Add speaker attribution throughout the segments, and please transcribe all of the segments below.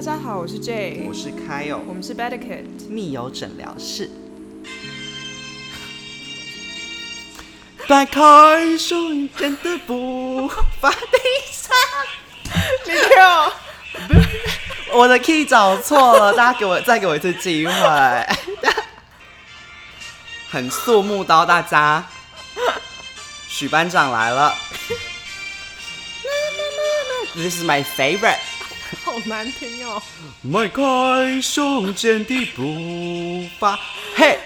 Speaker 1: 家好，我是 J，
Speaker 2: 我是 Kyle，
Speaker 1: 我们是 Better Kid。
Speaker 2: 密友诊疗室。打开收音真的不发呆上，
Speaker 1: 你给我
Speaker 2: 我的 key 找错了，大家给我再给我一次机会。很肃穆刀，大家。许班长来了。This is my favorite。
Speaker 1: 好难听哦！
Speaker 2: 迈开胸间的步伐， 嘿，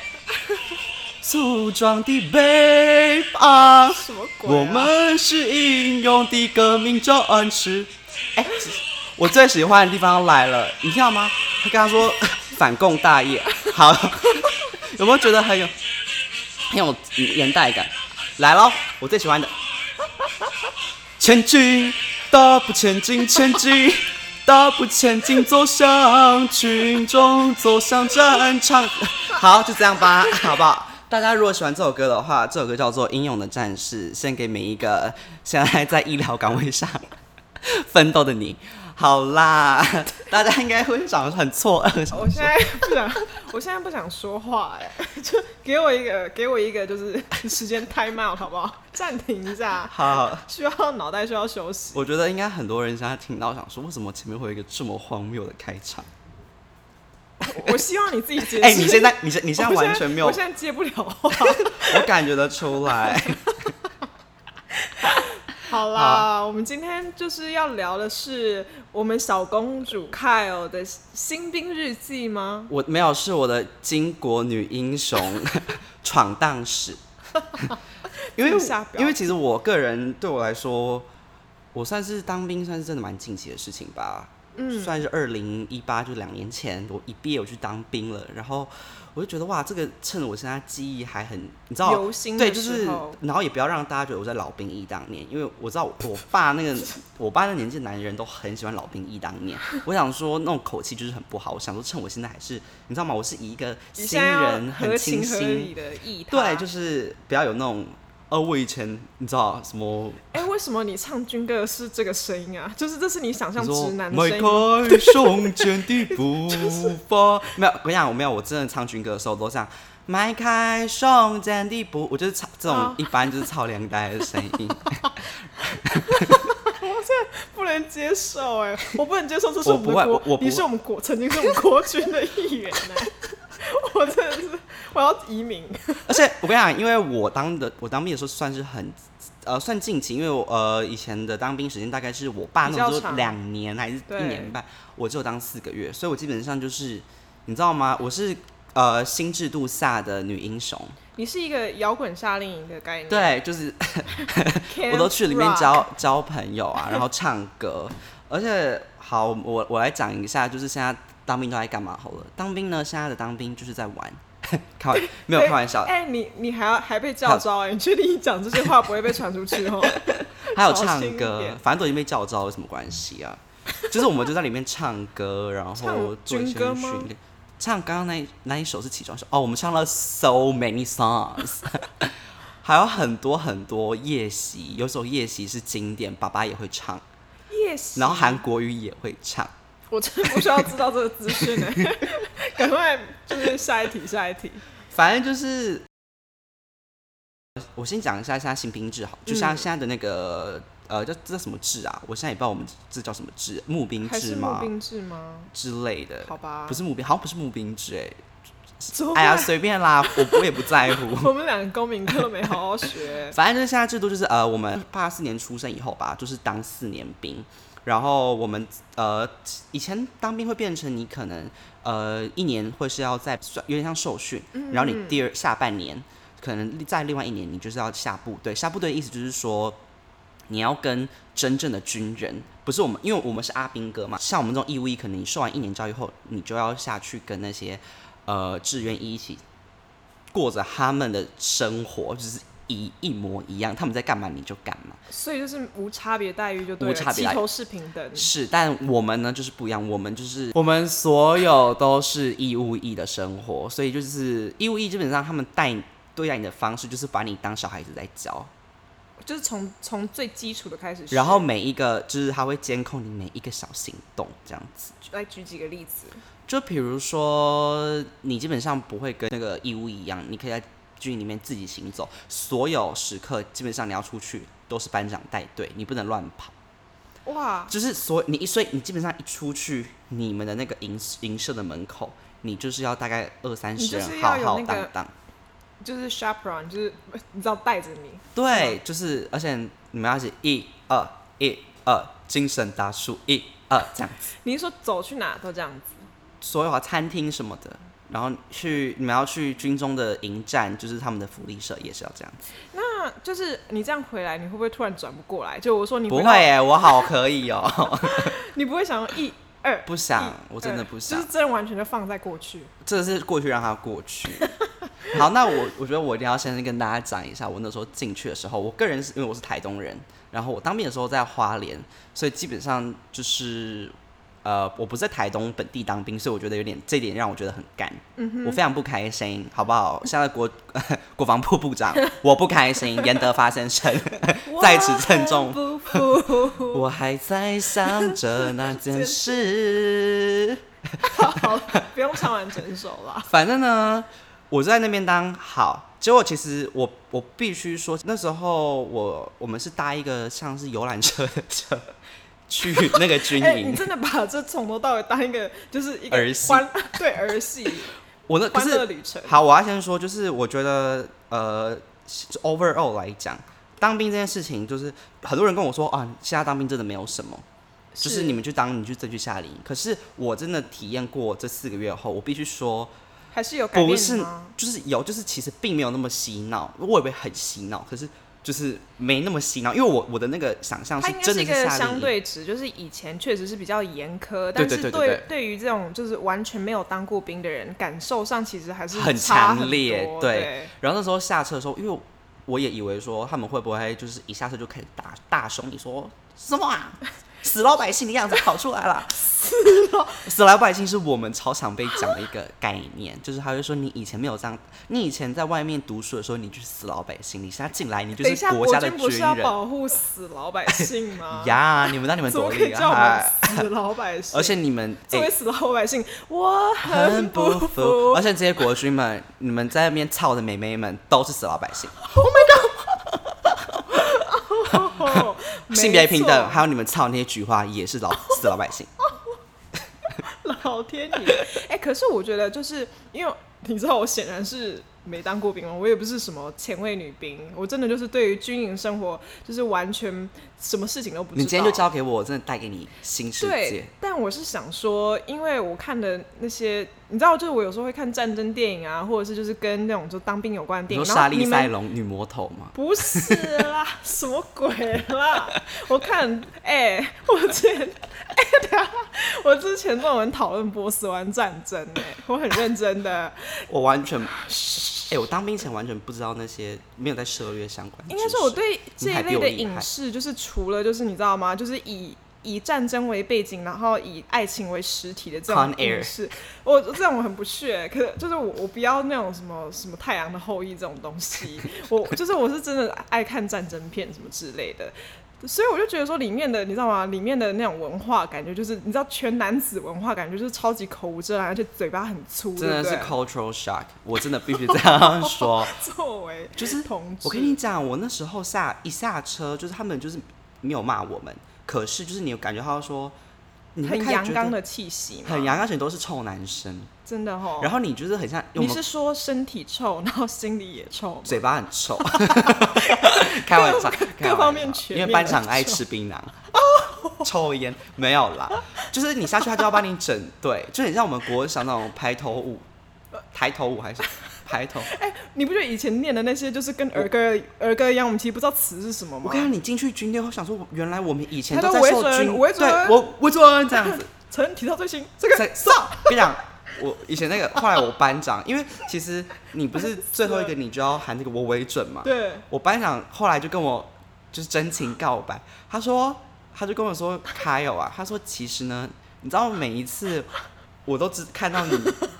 Speaker 2: 粗壮的背 膀，
Speaker 1: 什么鬼、啊？
Speaker 2: 我们是英勇的革命战士。哎、我最喜欢的地方来了，你知道吗？他跟他说 反共大业，好， 有没有觉得很有很有年代感？来喽，我最喜欢的，前进，大步前进，前进，大步前进，走向群众，走向 战场。好，就这样吧，好不好？大家如果喜欢这首歌的话，这首歌叫做《英勇的战士》，献给每一个现在在医疗岗位上 奋斗的你。好 啦，大家应该会想很错愕，想
Speaker 1: 我现在不想， 我现在不想说话哎、就给我一个，给我一个，就是时间 time out 好不好？暂停一下，
Speaker 2: 好。
Speaker 1: 需要脑袋需要休息。
Speaker 2: 我觉得应该很多人现在听到想说，为什么前面会有一个这么荒谬的开场？
Speaker 1: 我我希望你自己解释。
Speaker 2: 哎、你现在你现你现在
Speaker 1: 我
Speaker 2: 完全没有，
Speaker 1: 我
Speaker 2: 我
Speaker 1: 现在接不了 话。
Speaker 2: 感觉得出来。
Speaker 1: 好啦，我们今天就是要聊的是我们小公主 Kyle 的新兵日记吗？
Speaker 2: 我没有，是我的巾帼女英雄 闯荡史。因为
Speaker 1: 这么下标
Speaker 2: 因为其实我个人对我来说，我算是当兵，算是真的蛮近期的事情吧。嗯，算是二零一八，就两年前，我一毕业我去当兵了，然后我就觉得哇，这个趁我现在记忆还很，你知道，
Speaker 1: 游心
Speaker 2: 对，
Speaker 1: 的
Speaker 2: 就是
Speaker 1: 时候，，
Speaker 2: 然后也不要让大家觉得我在老兵役当年，因为我知道我爸那 个我爸那年纪的男人都很喜欢老兵役当年。我想说那种口气就是很不好，我想说趁我现在还是，你知道吗？我是以一个
Speaker 1: 你
Speaker 2: 新
Speaker 1: 现在要
Speaker 2: 人，很
Speaker 1: 合
Speaker 2: 清
Speaker 1: 情合
Speaker 2: 新，
Speaker 1: 理的意他。
Speaker 2: 对，就是不要有那种呃，我以前你知道什么？
Speaker 1: 哎、为什么你唱军歌是这个声音啊？就是这是你想象
Speaker 2: 你说
Speaker 1: 直男的
Speaker 2: 迈
Speaker 1: 声音。
Speaker 2: 开胸前的步伐，没有，我跟你讲，我没有，我真的唱军歌的时候都这样。迈开胸前的步，我就是唱这种
Speaker 1: 哦
Speaker 2: 一般就是操凉带的声音。
Speaker 1: 不能接受哎、我不能接受，这是
Speaker 2: 我
Speaker 1: 我们
Speaker 2: 不会
Speaker 1: 的国，
Speaker 2: 我我不
Speaker 1: 你
Speaker 2: 会
Speaker 1: 是我们国曾经是我们国军的一员呢、我真的是我要移民，
Speaker 2: 而且我跟你讲，因为我当的我当兵的时候算是很，呃，算近期，因为我呃以前的当兵时间大概是我爸那
Speaker 1: 比较
Speaker 2: 种时候
Speaker 1: 长
Speaker 2: 两年还是
Speaker 1: 对
Speaker 2: 一年半，我只有当四个月，所以我基本上就是，你知道吗？我是呃新制度下的女英雄，
Speaker 1: 你是一个摇滚夏令营的概念，
Speaker 2: 对，就是
Speaker 1: 对
Speaker 2: 我都去里面交交朋友 啊，然后唱歌，而且好，我我来讲一下，就是现在当兵都在干嘛好了。当兵呢，现在的当兵就是在玩， 开 玩没有开玩笑，
Speaker 1: 哎、你你还要还被叫招哎、你确定你讲这些话不会被传出去哦？
Speaker 2: 还有
Speaker 1: 小
Speaker 2: 唱
Speaker 1: 心一
Speaker 2: 歌
Speaker 1: 点，
Speaker 2: 反正都已经被叫招了，有什么关系啊？就是我们就在里面唱歌，然后
Speaker 1: 唱
Speaker 2: 做一
Speaker 1: 军
Speaker 2: 些
Speaker 1: 歌吗
Speaker 2: 训练。唱刚刚那一那一首是起床秀哦，我们唱了 so many songs，还有很多很多夜袭，有首夜袭是经典，爸爸也会唱，
Speaker 1: 夜袭，
Speaker 2: 然后韩国语也会唱。
Speaker 1: 我真的不需要知道这个资讯呢，赶快就是下一题，下一 题。
Speaker 2: 反正就是，我先讲一下现在新兵制好，就
Speaker 1: 嗯
Speaker 2: 像现在的那个、呃叫这叫什么制啊？我现在也不知道我们这叫什么制，募兵
Speaker 1: 还
Speaker 2: 制
Speaker 1: 是募
Speaker 2: 吗？
Speaker 1: 兵制吗？
Speaker 2: 之类的，
Speaker 1: 好吧，
Speaker 2: 不是募兵，好像不是募兵制哎、
Speaker 1: 怎么
Speaker 2: 哎呀，
Speaker 1: 办，
Speaker 2: 随便啦，我我也不在乎。。
Speaker 1: 我们两个公民课都没好好学
Speaker 2: 反正就是现在制度就是呃，我们八四年出生以后吧，就是当四年兵。然后我们呃，以前当兵会变成你可能呃一年会是要在算有点像受训，然后你第二下半年可能在另外一年你就是要下部队。下部队的意思就是说你要跟真正的军人，不是我们，因为我们是阿兵哥嘛。像我们这种义务役，可能你受完一年教育后，你就要下去跟那些呃志愿役一起过着他们的生活，就是一一模一样，他们在干嘛你就干嘛。
Speaker 1: 所以就是无差别待遇就对了，
Speaker 2: 无差别待遇
Speaker 1: 齐头是平等。
Speaker 2: 是，但我们呢就是不一样，我们就是我们所有都是义务役的生活，所以就是义务役基本上他们带对待你的方式就是把你当小孩子在教，
Speaker 1: 就是从从最基础的开始学。
Speaker 2: 然后每一个就是他会监控你每一个小行动，这样子。
Speaker 1: 来举几个例子，
Speaker 2: 就比如说，你基本上不会跟那个义乌一样，你可以在军营里面自己行走，所有时刻基本上你要出去都是班长带队，你不能乱跑。
Speaker 1: 哇，
Speaker 2: 就是所你一所以你基本上一出去，你们的那个营营舍的门口，你就是要大概二三
Speaker 1: 你
Speaker 2: 十
Speaker 1: 就是
Speaker 2: 人浩
Speaker 1: 要有
Speaker 2: 浩
Speaker 1: 那个
Speaker 2: 荡荡。
Speaker 1: 就是 chaperon，就是呃你知道带着你，
Speaker 2: 对，就是而且你们要写一二一二，精神打数一二这样子，
Speaker 1: 你是说走去哪都这样子？
Speaker 2: 所有啊餐厅什么的。然后去你们要去军中的营站，就是他们的福利社也是要这样子。
Speaker 1: 那就是你这样回来，你会不会突然转不过来？就我说你
Speaker 2: 不
Speaker 1: 回
Speaker 2: 会
Speaker 1: 到，
Speaker 2: 耶、我好可以哦、
Speaker 1: 你不会想要一二，
Speaker 2: 不想，我真的
Speaker 1: 二
Speaker 2: 不啊想
Speaker 1: 就是，真的完全就放在过去。
Speaker 2: 这是过去让它过去。 好，那我我觉得我一定要先跟大家讲一下，我那时候进去的时候，我个人是因为我是台东人，然后我当兵的时候在花莲，所以基本上就是呃，我不是在台东本地当兵，所以我觉得有点这点让我觉得很干，我非常不开心，好不好？现在国呃国防部部长，我不开心，严德发先生，在此郑重
Speaker 1: 我很不服
Speaker 2: 我还在想着那件事。
Speaker 1: 好，不用唱完整首啦。
Speaker 2: 反正呢，我就在那边当好。结果其实我我必须说，那时候我我们是搭一个像是游览车的车去那个 军
Speaker 1: 哎、
Speaker 2: 营
Speaker 1: 你。真的把这从头到尾当一个就是一个
Speaker 2: 儿戏
Speaker 1: 欢 对儿 戏
Speaker 2: 我那可
Speaker 1: 欢乐
Speaker 2: 是
Speaker 1: 旅程。
Speaker 2: 好，我要先说，就是我觉得呃就，overall 来讲，当兵这件事情，就是很多人跟我说啊，现在当兵真的没有什么。就是你们去当，你去再去夏令营。可是我真的体验过这四个月后，我必须说，
Speaker 1: 还是有改
Speaker 2: 不
Speaker 1: 变
Speaker 2: 是
Speaker 1: 吗？，
Speaker 2: 就是有，就是其实并没有那么洗脑。我以为很洗脑，可是就是没那么洗脑，因为我我的那个想象
Speaker 1: 它应该
Speaker 2: 真
Speaker 1: 是
Speaker 2: 的
Speaker 1: 一
Speaker 2: 是
Speaker 1: 个
Speaker 2: 夏令
Speaker 1: 相
Speaker 2: 营
Speaker 1: 对值，就是以前确实是比较严苛，
Speaker 2: 对
Speaker 1: 但
Speaker 2: 对
Speaker 1: 是
Speaker 2: 对对对
Speaker 1: 对于这种就是完全没有当过兵的人，感受上其实还是
Speaker 2: 很
Speaker 1: 差
Speaker 2: 强烈
Speaker 1: 多
Speaker 2: 对
Speaker 1: 对，
Speaker 2: 然后那时候下车的时候，因为我也以为说他们会不会就是一下车就开始大大凶，你说什么啊？死老百姓的样子跑出来了， 死老百姓是我们超常被讲的一个概念，就是他会说你以前没有这样，你以前在外面读书的时候你就是死老百姓，你现在进来你就
Speaker 1: 等一
Speaker 2: 是
Speaker 1: 下，
Speaker 2: 家的
Speaker 1: 军不是
Speaker 2: 军
Speaker 1: 要
Speaker 2: 人
Speaker 1: 保护死老百姓 吗？
Speaker 2: 呀！你们那你们
Speaker 1: 怎
Speaker 2: 多
Speaker 1: 么可以
Speaker 2: 厉
Speaker 1: 叫我们
Speaker 2: 害，
Speaker 1: 死老百姓？
Speaker 2: 而且你们
Speaker 1: 作为死老百姓，我
Speaker 2: 很
Speaker 1: 很
Speaker 2: 不
Speaker 1: 不
Speaker 2: 服，
Speaker 1: 服
Speaker 2: 而。且这些国军们，你们在那边操的美眉们都是死老百姓， 性别平等，还有你们操那些菊花也是老死老百 姓。
Speaker 1: 老天爷！ 哎、可是我觉得，就是因为你知道，我显然是没当过兵嘛，我也不是什么前卫女兵，我真的就是对于军营生活就是完全什么事情都不知道。
Speaker 2: 你今天就交给我，我真的带给你新世
Speaker 1: 对
Speaker 2: 界。，
Speaker 1: 但我是想说，因为我看的那些，你知道，就是我有时候会看战争电影啊，或者是就是跟那种就当兵有关的
Speaker 2: 你
Speaker 1: 电
Speaker 2: 说
Speaker 1: 影，
Speaker 2: 莎
Speaker 1: 然后
Speaker 2: 莉
Speaker 1: 你
Speaker 2: 赛
Speaker 1: 们
Speaker 2: 龙女魔头吗？
Speaker 1: 不是啦，什么鬼啦？我看，哎、我之前，哎、等一下我之前跟我们讨论波斯湾战争、哎，我很认真的。
Speaker 2: 我完全，哎、我当兵前完全不知道那些，没有在涉猎相关。
Speaker 1: 应该说我，对这一类的
Speaker 2: 你还比我厉
Speaker 1: 影
Speaker 2: 害
Speaker 1: 视，就是除了就是你知道吗？就是以以战争为背景，然后以爱情为实体的这
Speaker 2: Con
Speaker 1: 种
Speaker 2: Air
Speaker 1: 影视，我这种我很不屑。可是就是我我不要那种什么什么太阳的后裔这种东 西，我就是我是真的爱看战争片什么之类的。所以我就觉得说，里面的你知道吗？里面的那种文化感觉，就是你知道全男子文化感觉，就是超级口无遮拦，而且嘴巴很粗，
Speaker 2: 真的
Speaker 1: 对
Speaker 2: 是
Speaker 1: 不对
Speaker 2: cultural shock，我真的必须这样说。
Speaker 1: 作为
Speaker 2: 就是
Speaker 1: 同志，
Speaker 2: 我跟你讲，我那时候下一下车，就是他们就是没有骂我们，可是就是你有感觉到说，你会
Speaker 1: 很
Speaker 2: 开始
Speaker 1: 阳
Speaker 2: 觉
Speaker 1: 刚
Speaker 2: 得
Speaker 1: 的气息嘛，
Speaker 2: 很阳刚，全都是臭男生，
Speaker 1: 真的哦。
Speaker 2: 然后你就是很像，因为
Speaker 1: 你
Speaker 2: 我
Speaker 1: 是
Speaker 2: 们
Speaker 1: 说身体臭， 然后心里也臭吗？
Speaker 2: 嘴巴很 臭，开玩笑，开玩笑
Speaker 1: 方面全面
Speaker 2: 因为班长爱吃槟榔。 抽烟没有啦，就是你下去他就要帮你整对，就很像我们国小那种排头舞，
Speaker 1: 呃
Speaker 2: 抬头舞还是 排头
Speaker 1: 你不觉得以前念的那些就是跟儿歌儿歌一样，我们其实不知道词是什么
Speaker 2: 我
Speaker 1: 吗
Speaker 2: 看？到你进去军队，我想说，原来我们以前
Speaker 1: 他
Speaker 2: 都在
Speaker 1: 都
Speaker 2: 受
Speaker 1: 为准
Speaker 2: 军，
Speaker 1: 为准
Speaker 2: 对，我我做这样子。
Speaker 1: 曾提到最新这个
Speaker 2: 在上， 跟你讲，我以前那个，后来我班长，因为其实你不是最后一个，你就要喊那个我为准嘛。
Speaker 1: 对，
Speaker 2: 我班长后来就跟我就是真情告白，他说，他就跟我说，凯友啊，他说其实呢，你知道每一次我都只看到你，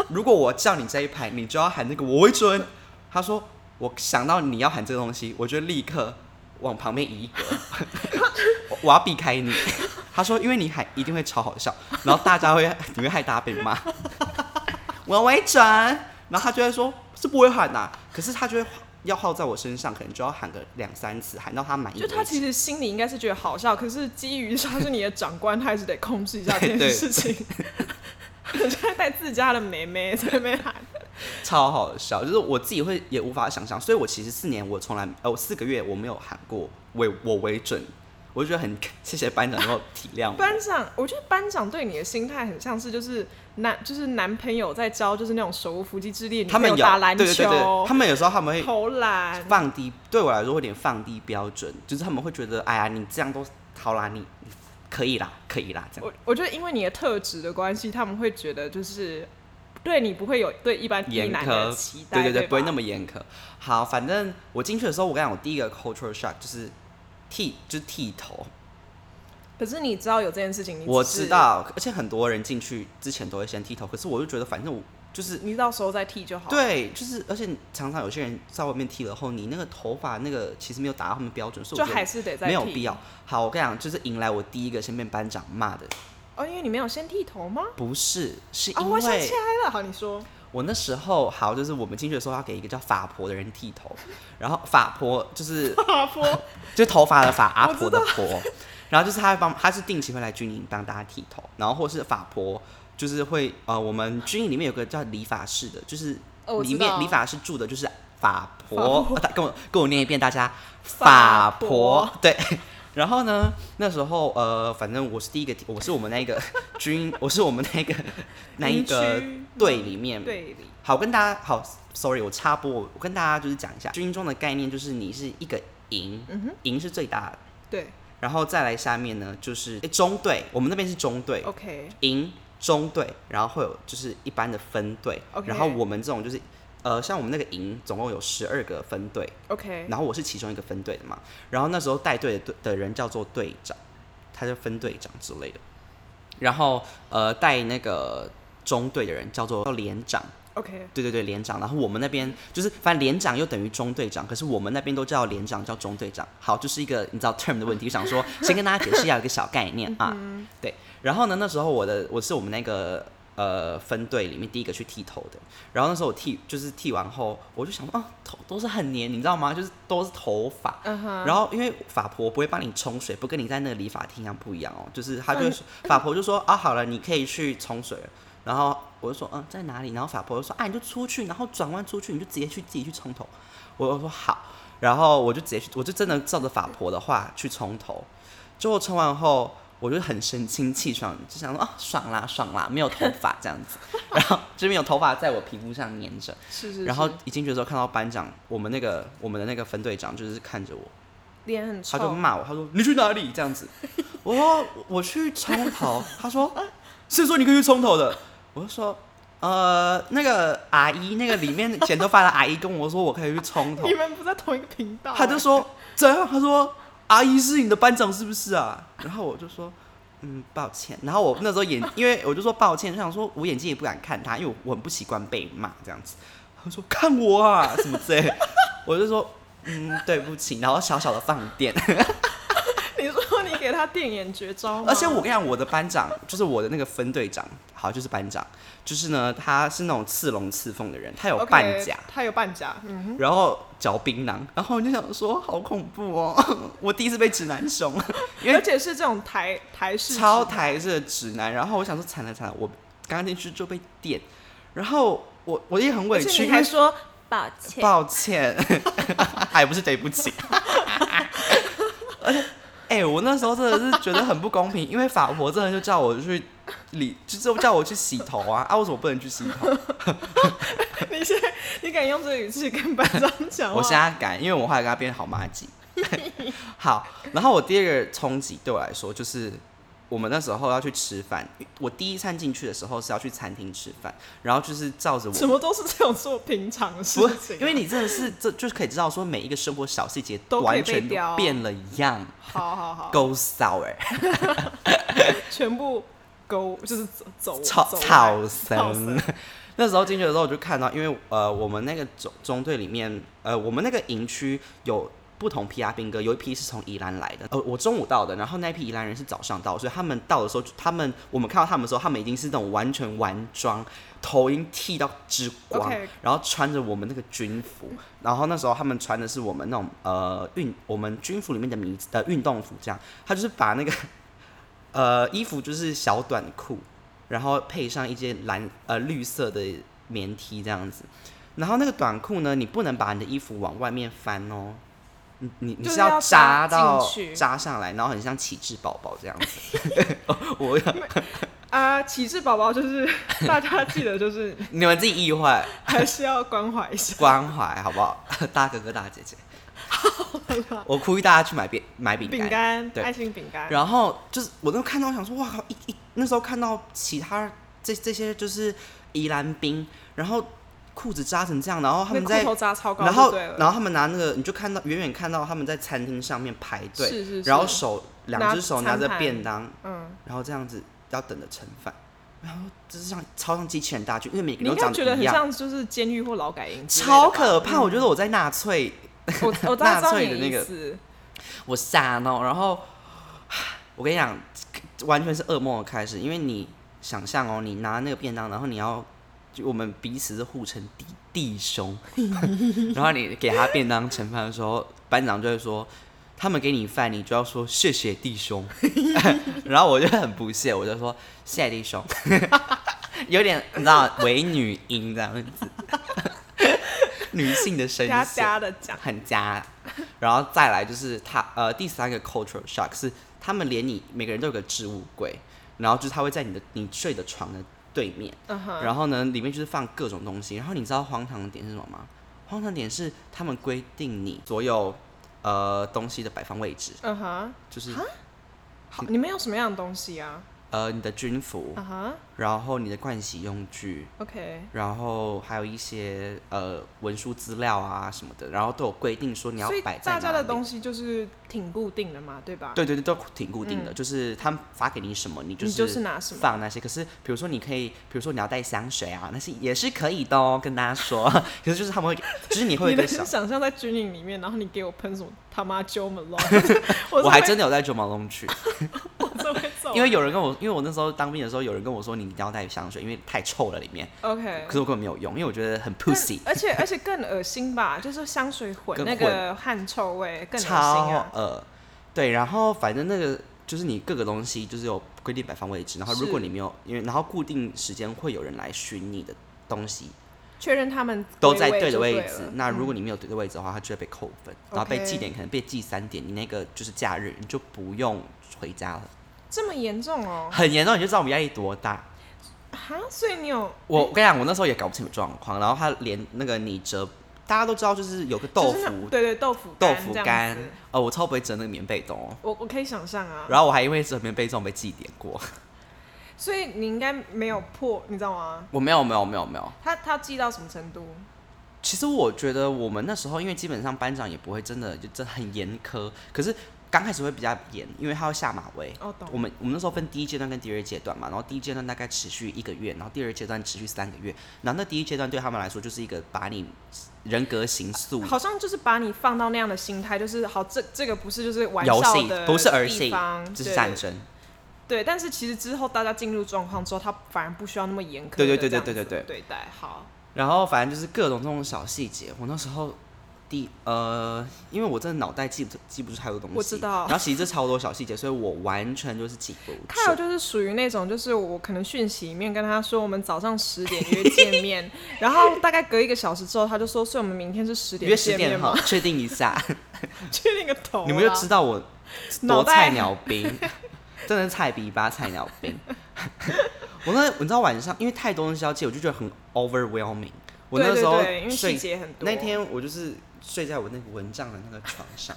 Speaker 2: 如果我叫你这一排，你就要喊那个我为准。他说，我想到你要喊这个东西，我就立刻往旁边移一格，我我要避开你。他说，因为你还一定会超好笑，然后大家会你会害大家被骂。 我微转，然后他就会说，是不会喊呐、可是他就会要耗在我身上，可能就要喊个两三次，喊到他满意
Speaker 1: 就
Speaker 2: 为止。
Speaker 1: 他其实心里应该是觉得好笑，可是基于他是你的长官，他还是得控制一下这件
Speaker 2: 对对
Speaker 1: 事情。你就在带自家的妹妹在那边喊，
Speaker 2: 超好笑，就是我自己会也无法想象，所以我其实四年我从来呃我四个月我没有喊过为我为准，我就觉得很谢谢班长能够体谅我。
Speaker 1: 班长，我觉得班长对你的心态很像是就是男就是男朋友在教就是那种手无缚鸡之力，
Speaker 2: 他们
Speaker 1: 女朋友
Speaker 2: 有
Speaker 1: 打篮球，
Speaker 2: 对对对对，他们有时候他们会
Speaker 1: 投篮，
Speaker 2: 放低，对我来说会有点放低标准，就是他们会觉得哎呀你这样都好啦，你你可以啦，可以啦这样。
Speaker 1: 我我觉得因为你的特质的关系，他们会觉得就是对你不会有对一般一
Speaker 2: 严
Speaker 1: 男
Speaker 2: 苛
Speaker 1: 的期，待，
Speaker 2: 对对对，不会那
Speaker 1: 么
Speaker 2: 么严苛。好，反正我进去的时候，我跟你讲，我第一个 cultural shock 就是剃，就是剃头。
Speaker 1: 可是你知道有这件事情，你
Speaker 2: 我
Speaker 1: 只是
Speaker 2: 知，道，而且很多人进去之前都会先剃头，可是我就觉得反正我就是
Speaker 1: 你到时候再剃就好。，啊
Speaker 2: 对，就是而且常常有些人在外面剃了后，你那个头发那个其实没有达到他们标准，所以
Speaker 1: 就
Speaker 2: 我觉
Speaker 1: 还
Speaker 2: 得
Speaker 1: 是得再剃
Speaker 2: 没有必要。好，我跟你讲，就是迎来我第一个先被班长骂的，
Speaker 1: 哦，因为你没有先剃头吗？
Speaker 2: 不是，是
Speaker 1: 啊、
Speaker 2: 因
Speaker 1: 我想
Speaker 2: 为
Speaker 1: 起来了，好，你 说
Speaker 2: 我那时候好，就是我们进去的时候要给一个叫法婆的人剃头，然后法婆就是
Speaker 1: 阿波，
Speaker 2: 就是头发的发，阿
Speaker 1: 我知
Speaker 2: 婆的婆。然后就是他会帮，他是定期会来军营帮大家剃头，然后或是法婆，就是会呃，我们军营里面有个叫理发室的，就是
Speaker 1: 哦我知
Speaker 2: 里面
Speaker 1: 道
Speaker 2: 理发室住的就是法
Speaker 1: 法
Speaker 2: 婆，啊跟我跟我念一遍，大家
Speaker 1: 法
Speaker 2: 法
Speaker 1: 婆
Speaker 2: 婆对。然后呢，那时候呃，反正我是第一个剃，我是我们那个军， 我是我们那个那一个
Speaker 1: 营嗯区
Speaker 2: 队里面
Speaker 1: 对里
Speaker 2: 好，我跟大家好，sorry，我插播，我跟大家就是讲一下军中的概念，就是你是一个营，
Speaker 1: 嗯
Speaker 2: 营、是最大的，
Speaker 1: 对
Speaker 2: 然后再来下面呢就是、诶中队，我们那边是中队，
Speaker 1: ，OK，
Speaker 2: 营、中队，然后会有就是一般的分队
Speaker 1: OK
Speaker 2: 然后我们这种就是呃，像我们那个营总共有十二个分队，
Speaker 1: OK，
Speaker 2: 然后我是其中一个分队的嘛，然后那时候带队的队的人叫做队长，他叫分队长之类的，然后呃带那个中队的人叫做叫连长。
Speaker 1: OK，
Speaker 2: 对对对，连长。然后我们那边就是，反正连长又等于中队长，可是我们那边都叫连长，叫中队长。好，就是一个你知道 term 的问 题，想说先跟大家解释一下有一个小概念
Speaker 1: 嗯
Speaker 2: 啊。对，然后呢，那时候我的我是我们那个呃分队里面第一个去剃头的。然后那时候我剃就是剃完后，我就想说，啊，头都是很黏，你知道吗？就是都是头发。
Speaker 1: 嗯哼，
Speaker 2: 然后因为法婆不会帮你冲水，不跟你在那个理发厅一样不一样哦，就是他就
Speaker 1: 嗯
Speaker 2: 会说法婆就说啊好了，你可以去冲水了。然后我就说嗯在哪里？然后法婆就说啊你就出去，然后转弯出去，你就直接去自己去冲头。我就说好，然后我就直接去，我就真的照着法婆的话去冲头。结果冲完后，我就很神清气爽，就想说啊爽啦爽啦，没有头发这样 子，然后就没有头发在我皮肤上粘着。
Speaker 1: 是是是，
Speaker 2: 然后一进去的时候看到班长，我们那个我们的那个分队长就是看着我。
Speaker 1: 脸很
Speaker 2: 他就
Speaker 1: 臭，
Speaker 2: 骂我，他说你去哪里这样子，我说我去冲头，他说是说你可以去冲头的，我就说呃那个阿姨那个里面剪头发的阿姨跟我说我可以去冲头
Speaker 1: 你，们不在同一个频道，啊
Speaker 2: 他就说怎样？他说阿姨是你的班长是不是啊？然后我就说嗯抱歉，然后我那时候眼因为我就说抱歉，就想说我眼睛也不敢看他，因为我很不习惯被骂这样子，他说看我啊什么之类的，我就说。嗯，对不起，然后小小的放电，
Speaker 1: 你说你给他电眼绝招吗，
Speaker 2: 而且我跟你讲，我的班长就是我的那个分队长，好就是班长，就是呢，他是那种刺龙刺凤的人，他有
Speaker 1: OK，
Speaker 2: 半甲
Speaker 1: 他有半甲，嗯，
Speaker 2: 然后嚼槟榔，然后我就想说，好恐怖哦！我第一次被直男凶， 因
Speaker 1: 而
Speaker 2: 为
Speaker 1: 且是这种台台式
Speaker 2: 超
Speaker 1: 直
Speaker 2: 台式的直男，然后我想说，惨了惨了，我刚刚进去就被电，然后我我也很
Speaker 1: 而
Speaker 2: 委
Speaker 1: 且
Speaker 2: 屈，
Speaker 1: 你
Speaker 2: 因为
Speaker 1: 还说抱歉，
Speaker 2: 抱歉， 还不是对 不起。而且，哎、我那时候真的是觉得很不公平，因为法国真的就叫我去理，就是叫我去洗头啊，啊，为什么不能去洗 头？
Speaker 1: 你现在你敢用这个语气跟班长讲话？
Speaker 2: 我现在改，因为我后来跟他变好妈 鸡。好，然后我第二个冲击对我来说就是。我们那时候要去吃饭，我第一餐进去的时候是要去餐厅吃饭，然后就是照着我
Speaker 1: 怎么都是这种做平常的事
Speaker 2: 不
Speaker 1: 情，
Speaker 2: 因为你真的是这就是可以知道说每一个生活小细节
Speaker 1: 都可以
Speaker 2: 完
Speaker 1: 被
Speaker 2: 全
Speaker 1: 雕
Speaker 2: 都变了一样，
Speaker 1: 好好好，
Speaker 2: 够骚哎，
Speaker 1: 全部勾就是走走
Speaker 2: 草
Speaker 1: 走
Speaker 2: 草
Speaker 1: 草
Speaker 2: 生。 那时候进去的时候，我就看到，因为呃，我们那个中中队里面，呃，我们那个营区有不同批阿兵哥，有一批是从宜兰来的，呃，我中午到的，然后那一批宜兰人是早上到，所以他们到的时候，他们我们看到他们的时候，他们已经是那种完全完妆，头已经剃到之光
Speaker 1: OK
Speaker 2: 然后穿着我们那个军服，然后那时候他们穿的是我们那种呃运我们军服里面的迷呃运动服，这样，他就是把那个 呃衣服就是小短裤，然后配上一件蓝呃绿色的棉 T 这样子。然后那个短裤呢，你不能把你的衣服往外面翻哦，你你你
Speaker 1: 就是是要
Speaker 2: 扎
Speaker 1: 扎
Speaker 2: 到
Speaker 1: 进去
Speaker 2: 扎上来，然后很像启智宝宝这样子。 我
Speaker 1: 啊，启智宝宝就是 大家记得，就是
Speaker 2: 你们自己意会
Speaker 1: 还是要关怀一下。
Speaker 2: 关怀好不好？ 大哥哥大姐姐，我呼吁大家去买饼买 饼
Speaker 1: 饼
Speaker 2: 干。
Speaker 1: 干，
Speaker 2: 对
Speaker 1: 爱心饼干，
Speaker 2: 然后就是我都看到，我想说，哇靠！一一那时候看到其他这这些就是宜兰兵，然后裤子扎成这样，然后他
Speaker 1: 那
Speaker 2: 们
Speaker 1: 裤
Speaker 2: 在
Speaker 1: 头扎超高
Speaker 2: 然
Speaker 1: 就
Speaker 2: 后
Speaker 1: 对了，
Speaker 2: 然后他们拿那个，你就看到远远看到他们在餐厅上面排队，
Speaker 1: 是是是
Speaker 2: 然后手两
Speaker 1: 拿
Speaker 2: 只手
Speaker 1: 餐
Speaker 2: 拿着
Speaker 1: 盘
Speaker 2: 便当，
Speaker 1: 嗯，
Speaker 2: 然后这样子要等着盛饭，然后就是像超像机器人大军，因为每个
Speaker 1: 你
Speaker 2: 人
Speaker 1: 应
Speaker 2: 都
Speaker 1: 该
Speaker 2: 长
Speaker 1: 觉得
Speaker 2: 得
Speaker 1: 很
Speaker 2: 一样，
Speaker 1: 像就是监狱或劳改营之类的吧，嗯
Speaker 2: 超可怕。我觉得我在纳粹，
Speaker 1: 我我大概知
Speaker 2: 纳
Speaker 1: 道
Speaker 2: 粹
Speaker 1: 你
Speaker 2: 的那
Speaker 1: 意
Speaker 2: 个
Speaker 1: 思，
Speaker 2: 我吓到，然后唉我跟你讲，完全是噩梦的开始，因为你想象哦，你拿那个便当，然后你要。就我们彼此是互称弟弟兄， 然后你给他便当盛饭的时候，班长就会说，他们给你饭，你就要说谢谢弟兄， 然后我就很不屑，我就说谢谢弟兄， 有点你知道伪女音这样子， 女性的声
Speaker 1: 嗲
Speaker 2: 线，
Speaker 1: 嗲的讲，
Speaker 2: 很夹，然后再来就是他呃第三个 cultural shock 是他们连你每个人都有个置物柜，然后就是他会在你的你睡的床的对面，
Speaker 1: 嗯哼，
Speaker 2: 然后呢里面就是放各种东西，然后你知道荒唐的点是什么吗？荒唐点是他们规定你所有呃东西的摆放位置，
Speaker 1: 嗯哼，
Speaker 2: 就是
Speaker 1: 好，
Speaker 2: 嗯
Speaker 1: 你们有什么样的东西啊？
Speaker 2: 呃你的军服，
Speaker 1: 啊哈
Speaker 2: 然后你的盥洗用具，
Speaker 1: ，OK，
Speaker 2: 然后还有一些呃文书资料啊什么的，然后都有规定说你要
Speaker 1: 所以
Speaker 2: 摆在
Speaker 1: 大家的
Speaker 2: 哪里
Speaker 1: 东西就是挺固定的嘛，对吧？，
Speaker 2: 对对对，都挺固定的，就是他们发给你什么，你就
Speaker 1: 嗯你就是拿什么
Speaker 2: 放那些。可是比如说你可以，比如说你要带香水啊，那些也是可以的哦，跟大家说。 可是就是他们会，就是你会有
Speaker 1: 你
Speaker 2: 一个
Speaker 1: 能
Speaker 2: 小，
Speaker 1: 想象在军营里面，然后你给我喷什么他妈 Jo Malone，我
Speaker 2: 我
Speaker 1: 是
Speaker 2: 还
Speaker 1: 会
Speaker 2: 真的有带九毛 龙去，
Speaker 1: 哦我真 会走，
Speaker 2: 因为有人跟我，因为我那时候当兵的时候，有人跟我说你一定要带香水，因为太臭了里面。
Speaker 1: OK
Speaker 2: 可。是我根本没有用，因为我觉得很
Speaker 1: 更
Speaker 2: pussy，
Speaker 1: 而且而且更恶心吧，就是香水混
Speaker 2: 跟
Speaker 1: 那个汗臭味更恶心
Speaker 2: 超
Speaker 1: 啊。
Speaker 2: 呃，对，然后反正那个。就是你各个东西就是有规定摆放位置，然后如果
Speaker 1: 是
Speaker 2: 你没有，因为然后固定时间会有人来巡你的东西，
Speaker 1: 确认他们
Speaker 2: 都在
Speaker 1: 对
Speaker 2: 对的位
Speaker 1: 就对
Speaker 2: 置
Speaker 1: 了，嗯
Speaker 2: 那如果你没有对的位置的话，它就会被扣分，然后被
Speaker 1: OK
Speaker 2: 记点，可能被记三点。你那个就是假日，你就不用回家了，
Speaker 1: 这么严重哦、
Speaker 2: 很严重，你就知道我们压力多大。
Speaker 1: 哈，所以你有
Speaker 2: 我我跟你讲，我那时候也搞不清楚状况，然后他连那个你折，大家都知道，就是有个豆
Speaker 1: 就是那
Speaker 2: 腐
Speaker 1: 对对豆腐
Speaker 2: 豆
Speaker 1: 干
Speaker 2: 腐
Speaker 1: 这样
Speaker 2: 干
Speaker 1: 子，
Speaker 2: 呃，我超不会折那个棉被洞哦，
Speaker 1: 我我可以想象啊。
Speaker 2: 然后我还因为折棉被洞被记点过。
Speaker 1: 所以你应该没有破，你知道吗？
Speaker 2: 我没有没有没有没有，
Speaker 1: 他他记到什么程度？
Speaker 2: 其实我觉得我们那时候，因为基本上班长也不会真的就真的很严苛，可是刚开始会比较严，因为他要下马威。
Speaker 1: 哦，懂。
Speaker 2: 我们我们那时候分第一阶段跟第二阶段嘛，然后第一阶段大概持续一个月，然后第二阶段持续三个月，然后那第一阶段对他们来说就是一个把你人格形塑，
Speaker 1: 好像就是把你放到那样的心态，就是好，这这个不是就是玩
Speaker 2: 游
Speaker 1: 笑
Speaker 2: 戏
Speaker 1: 的
Speaker 2: 不是儿戏
Speaker 1: 地方
Speaker 2: 这是
Speaker 1: 对
Speaker 2: 战争。
Speaker 1: 对，但是其实之后大家进入状况之后，他反而不需要那么严苛。
Speaker 2: 对对
Speaker 1: 对
Speaker 2: 对对对对
Speaker 1: 对对待好，
Speaker 2: 然后反正就是各种这种小细节，我那时候第呃，因为我真的脑袋记不记不住太多东西，
Speaker 1: 我知道
Speaker 2: 然后其实这超多小细节，所以我完全就是记不
Speaker 1: 他有
Speaker 2: 住。
Speaker 1: 就是属于那种，就是我可能讯息里面跟他说我们早上十点约见 面，然后大概隔一个小时之后，他就说，所以我们明天是十点
Speaker 2: 约十
Speaker 1: 见面
Speaker 2: 点
Speaker 1: 吗
Speaker 2: 好？，确定一下，
Speaker 1: 确定个头啊，
Speaker 2: 你们就知道我多
Speaker 1: 脑
Speaker 2: 菜
Speaker 1: 袋
Speaker 2: 鸟兵， 真的是菜逼吧菜鸟兵。 我那你知道晚上，因为太多东西要记，我就觉得很 overwhelming。我
Speaker 1: 对
Speaker 2: 那
Speaker 1: 对
Speaker 2: 时候
Speaker 1: 对因为
Speaker 2: 睡
Speaker 1: 细节很多。
Speaker 2: 那天我就是睡在我那个蚊帐的那个床上，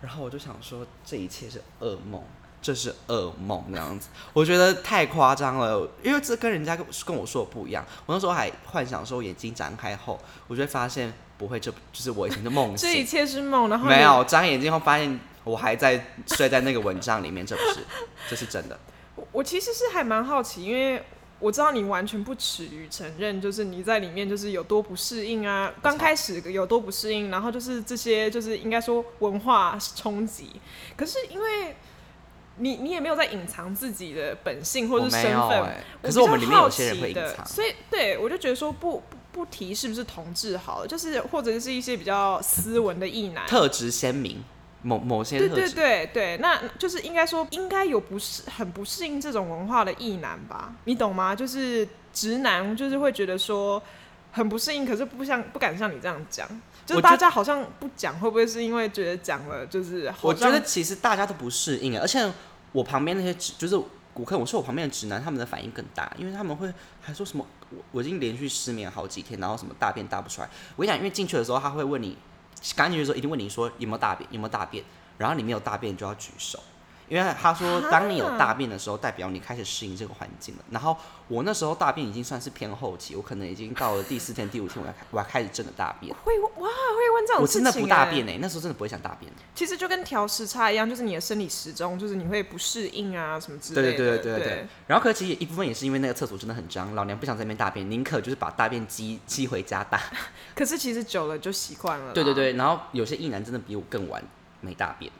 Speaker 2: 然后我就想说这一切是噩梦，这是噩梦那样子，我觉得太夸张了，因为这跟人家跟跟我说的不一样。我那时候还幻想说眼睛展开后，我就会发现不会这，就是我以前的梦
Speaker 1: 这一
Speaker 2: 醒。
Speaker 1: 切是梦，然后
Speaker 2: 没
Speaker 1: 你
Speaker 2: 有张眼睛后发现我还在 睡在那个蚊帐里面，这不是，这是真的。
Speaker 1: 我我其实是还蛮好奇，因为我知道你完全不耻于承认，就是你在里面就是有多不适应啊，刚开始有多不适应，然后就是这些就是应该说文化冲击。可是因为你你也没有在隐藏自己的本性或
Speaker 2: 我
Speaker 1: 是
Speaker 2: 没
Speaker 1: 身
Speaker 2: 有
Speaker 1: 份，
Speaker 2: 哎、可是我们里面有些人会
Speaker 1: 比
Speaker 2: 隐
Speaker 1: 较好奇的
Speaker 2: 藏，
Speaker 1: 所以对我就觉得说不不不提是不是同志好了，就是或者是一些比较斯文的异男。
Speaker 2: 特质鲜明，某某些
Speaker 1: 对
Speaker 2: 特
Speaker 1: 对
Speaker 2: 质。
Speaker 1: 对对，那就是应该说，应该有不适很不适应这种文化的异男吧？你懂吗？就是直男，就是会觉得说很不适应，可是不像不敢像你这样讲，就
Speaker 2: 我
Speaker 1: 是
Speaker 2: 觉
Speaker 1: 大家好像不讲，会不会是因为觉得讲了就是好
Speaker 2: 我觉得
Speaker 1: 像
Speaker 2: 其实大家都不适应，啊而且我旁边那些直就是顾客，我说我旁边的直男，他们的反应更大，因为他们会还说什么我我已经连续失眠好几天，然后什么大便大不出来。我跟你讲，因为进去的时候他会问你，刚进去的时候一定问你说有没有大便，有没有大便，然后你没有大便你就要举手。因为他
Speaker 1: 啊
Speaker 2: 说，当你有大便的时候，代表你开始适应这个环境了。然后我那时候大便已经算是偏后期，我可能已经到了第四天、第五天，我才开我还开始真的大便。
Speaker 1: 会哇会问这种
Speaker 2: 我
Speaker 1: 事
Speaker 2: 真
Speaker 1: 情、
Speaker 2: 的不大
Speaker 1: 欸
Speaker 2: 便哎、那时候真的不会想大便。
Speaker 1: 其实就跟调时差一样，就是你的生理时钟，就是你会不适应啊什么之类
Speaker 2: 对
Speaker 1: 的。
Speaker 2: 对对
Speaker 1: 对
Speaker 2: 对对对。然后可是其实一部分也是因为那个厕所真的很脏，老娘不想在那边大便，宁可就是把大便积积回家 大。
Speaker 1: 可是其实久了就习惯了啦。
Speaker 2: 对对 对，然后有些异男真的比我更晚没大便，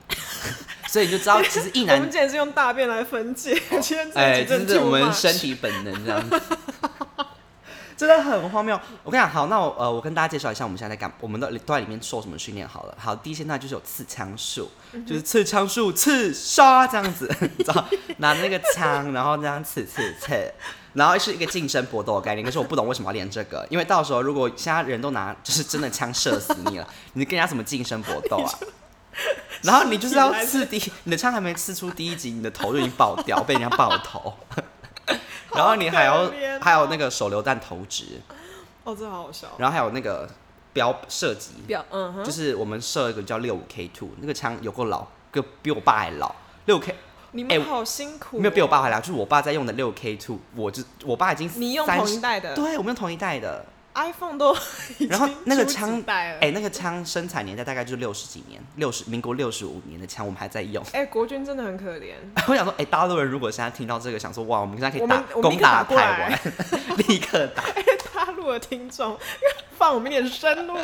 Speaker 2: 所以你就知道其实异
Speaker 1: 我
Speaker 2: 男
Speaker 1: 们竟然是用大便来分解， 今天这
Speaker 2: 哎，
Speaker 1: 一集
Speaker 2: 这
Speaker 1: 真的
Speaker 2: 是
Speaker 1: too
Speaker 2: 我们
Speaker 1: much
Speaker 2: 身体本能这 样子。真的很荒谬。我跟你讲，好，那我呃，我跟大家介绍一下我们现在在干，我们的都在里面受什么训练好了。好，第一现在就是有刺枪术，
Speaker 1: 嗯
Speaker 2: 就是刺枪术刺杀这样子， 你知道，拿那个枪，然后这样刺刺刺，然后是一个近身搏斗的概念。可是我不懂为什么要练这个，因为到时候如果现在人都拿就是真的枪射死 你了，你跟人家怎么近身搏斗啊？然后你就是要刺第，你的枪还没刺出第一集，你的头就已经爆掉， 被人家爆头。然后你还
Speaker 1: 好
Speaker 2: 要
Speaker 1: 可怜哦
Speaker 2: 还有那个手榴弹投掷，
Speaker 1: 哦，这好好笑。
Speaker 2: 然后还有那个标射击，
Speaker 1: 表嗯哼，
Speaker 2: 就是我们射一个叫六五 K two，那个枪有够老，个比我爸还老。六 K
Speaker 1: 你
Speaker 2: 哎
Speaker 1: 们好辛苦、
Speaker 2: 没有比我，爸还老，就是我爸在用的六 K two，我就我爸已经
Speaker 1: 你用
Speaker 2: 30
Speaker 1: 同一代的
Speaker 2: 对，我们用同一代的。
Speaker 1: 欸 iPhone 都 已
Speaker 2: 然后
Speaker 1: 经
Speaker 2: 那个
Speaker 1: 出几
Speaker 2: 枪
Speaker 1: 代了。
Speaker 2: 哎、那个枪生产年代大概就是六十几年，六十民国六十五年的枪，我们还在用。
Speaker 1: 哎、国军真的很可怜，
Speaker 2: 我想说，哎、大陆人如果现在听到这个，想说哇，我们现在可以
Speaker 1: 我
Speaker 2: 打
Speaker 1: 们我们
Speaker 2: 攻
Speaker 1: 立刻打
Speaker 2: 台
Speaker 1: 过来
Speaker 2: 湾， 立刻打。
Speaker 1: 哎大陆的听众放我们一点生 路，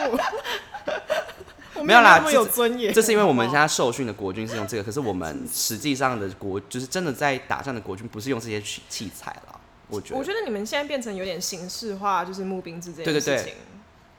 Speaker 1: 我们
Speaker 2: 没有啦
Speaker 1: 那么有尊严。哦
Speaker 2: 这是因为我们 现在受训的国军是用这个，可是我们实际上的国就是真的在打仗的国军不是用这些器器材了，我觉得。
Speaker 1: 我觉得你们现在变成有点形式化，就是募兵制这
Speaker 2: 对
Speaker 1: 件
Speaker 2: 对
Speaker 1: 事情。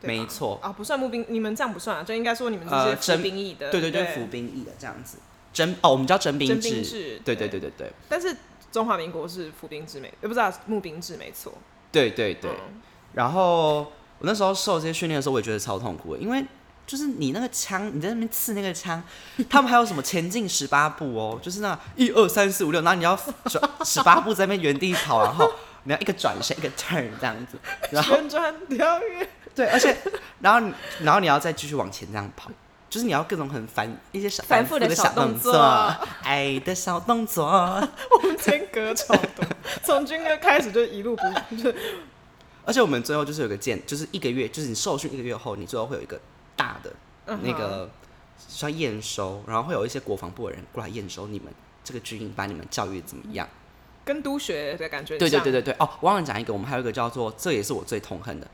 Speaker 2: 对
Speaker 1: 吧
Speaker 2: 没错
Speaker 1: 啊，不算募兵，你们这样不算啊，就应该说你们
Speaker 2: 呃
Speaker 1: 这些
Speaker 2: 征
Speaker 1: 服兵役的，
Speaker 2: 对对对，服兵役的这样子，征哦，我们叫征兵
Speaker 1: 征
Speaker 2: 制，
Speaker 1: 兵制，
Speaker 2: 对对对对对
Speaker 1: 但是中华民国是服兵制没，呃，不是、啊、募兵制没错。
Speaker 2: 对对对。
Speaker 1: 嗯
Speaker 2: 然后我那时候受这些训练的时候，我也觉得超痛苦的，因为就是你那个枪，你在那边刺那个枪， 他们还有什么前进十八步哦，就是那一二三四五六，然后你要转十八步在那边原地跑，然后你要一个转身一个 turn 这样子，然后
Speaker 1: 旋转跳跃，
Speaker 2: 对，而且然后你然后你要再继续往前这样跑，就是你要各种很烦一些小
Speaker 1: 繁复的
Speaker 2: 的
Speaker 1: 小
Speaker 2: 小
Speaker 1: 动
Speaker 2: 动作
Speaker 1: 作，
Speaker 2: 爱的小动作。
Speaker 1: 我们 间隔超多，从军歌开始就一路不就
Speaker 2: 而且我们最后就是有个见，就是一个月，就是你受训一个月后，你最后会有一个大的那个像验收，然后会有一些国防部的人过来验收你们这个军营，把你们教育怎么样。
Speaker 1: 跟督学的感觉
Speaker 2: 对对
Speaker 1: 像
Speaker 2: 对对对，哦，忘了讲一个，我们还有一个叫做，这也是我最痛恨的，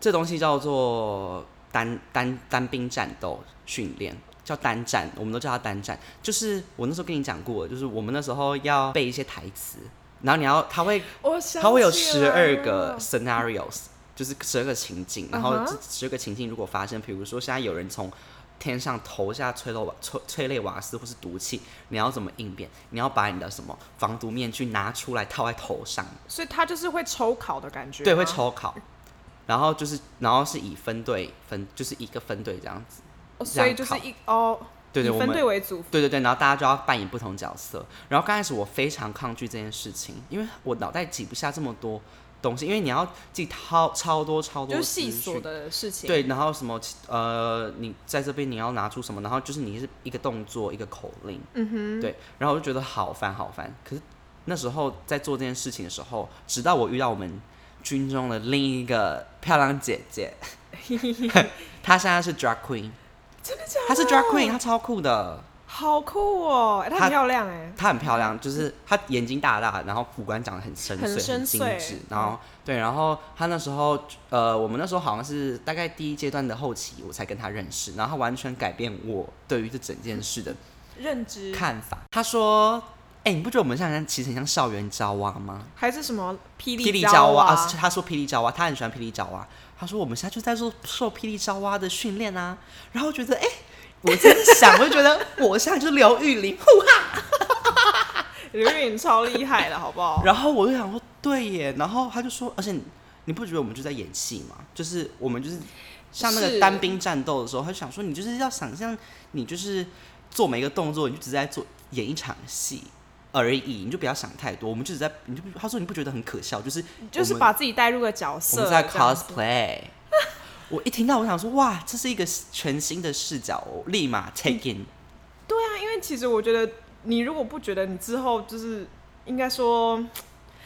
Speaker 2: 这东西叫做单单单兵战斗训练，叫单战，我们都叫它单战。就是我那时候跟你讲过，就是我们那时候要背一些台词，然后你要他会
Speaker 1: 哦我想
Speaker 2: 它会有
Speaker 1: 起来
Speaker 2: 十
Speaker 1: 了
Speaker 2: 二个 scenarios，就是十二个情境，然后
Speaker 1: 嗯哼
Speaker 2: 十二个情境如果发生，比如说现在有人从天上投下催泪瓦催催泪瓦斯或是毒气，你要怎么应变？你要把你的什么防毒面具拿出来套在头上，
Speaker 1: 所以他就是会抽考的感觉，
Speaker 2: 对，会。抽考。然后就是，然后是以分队分，就是一个分队这样子。
Speaker 1: 哦所以就是一哦，
Speaker 2: 对对，
Speaker 1: 以
Speaker 2: 我
Speaker 1: 分
Speaker 2: 们
Speaker 1: 队为主，
Speaker 2: 对对对，然后大家就要扮演不同角色。然后刚开始我非常抗拒这件事情，因为我脑袋挤不下这么多东西，因为你要记超超多超
Speaker 1: 就
Speaker 2: 多
Speaker 1: 是
Speaker 2: 资
Speaker 1: 细
Speaker 2: 讯
Speaker 1: 琐的事情。
Speaker 2: 对，然后什么呃，你在这边你要拿出什么，然后就是你是一个动作一个口令，嗯哼，对，然后我就觉得好烦好烦。可是那时候在做这件事情的时候，直到我遇到我们军中的另一个漂亮姐 姐，她现在是 drag queen，真的假的？她是 drag queen，她超酷的。
Speaker 1: 好酷哦、欸她
Speaker 2: 她
Speaker 1: 很漂亮哎、
Speaker 2: 她很漂亮，就是她眼睛大大，然后五官长得很深邃、
Speaker 1: 很
Speaker 2: 很
Speaker 1: 深
Speaker 2: 精
Speaker 1: 邃嗯
Speaker 2: 致。然后对，然后她那时候呃，我们那时候好像是大概第一阶段的后期，我才跟她认识，然后她完全改变我对于这整件事的
Speaker 1: 认知
Speaker 2: 看法。她说：“哎、你不觉得我们现在其实很像校园交往吗？”
Speaker 1: 还是什么霹
Speaker 2: 霹雳
Speaker 1: 娇
Speaker 2: 娇啊，是他说霹雳娇啊，他很喜欢霹雳娇啊。他说我们现在就在做受霹雳娇啊的训练啊，然后觉得哎、我在想，我就觉得我现在就是刘玉玲，
Speaker 1: 刘允超厉害的，好不 好？
Speaker 2: 然后我就想说对耶，然后他就说，而且你你不觉得我们就在演戏吗？就是我们就是像那
Speaker 1: 是
Speaker 2: 个单兵战斗的时候，他就想说你就是要想象你就是做每一个动作，你就只是在做演一场戏。而已，你就不要想太多。我们就只在，你就不他说你不觉得很可笑，就是
Speaker 1: 就是
Speaker 2: 我们
Speaker 1: 把自己带入个角
Speaker 2: 我
Speaker 1: 色，
Speaker 2: 们在
Speaker 1: 这样子
Speaker 2: cosplay。我一听到，我想说，哇，这是一个全新的视角，我立马 take in。
Speaker 1: 对啊，因为其实我觉得，你如果不觉得你之后就是应该说，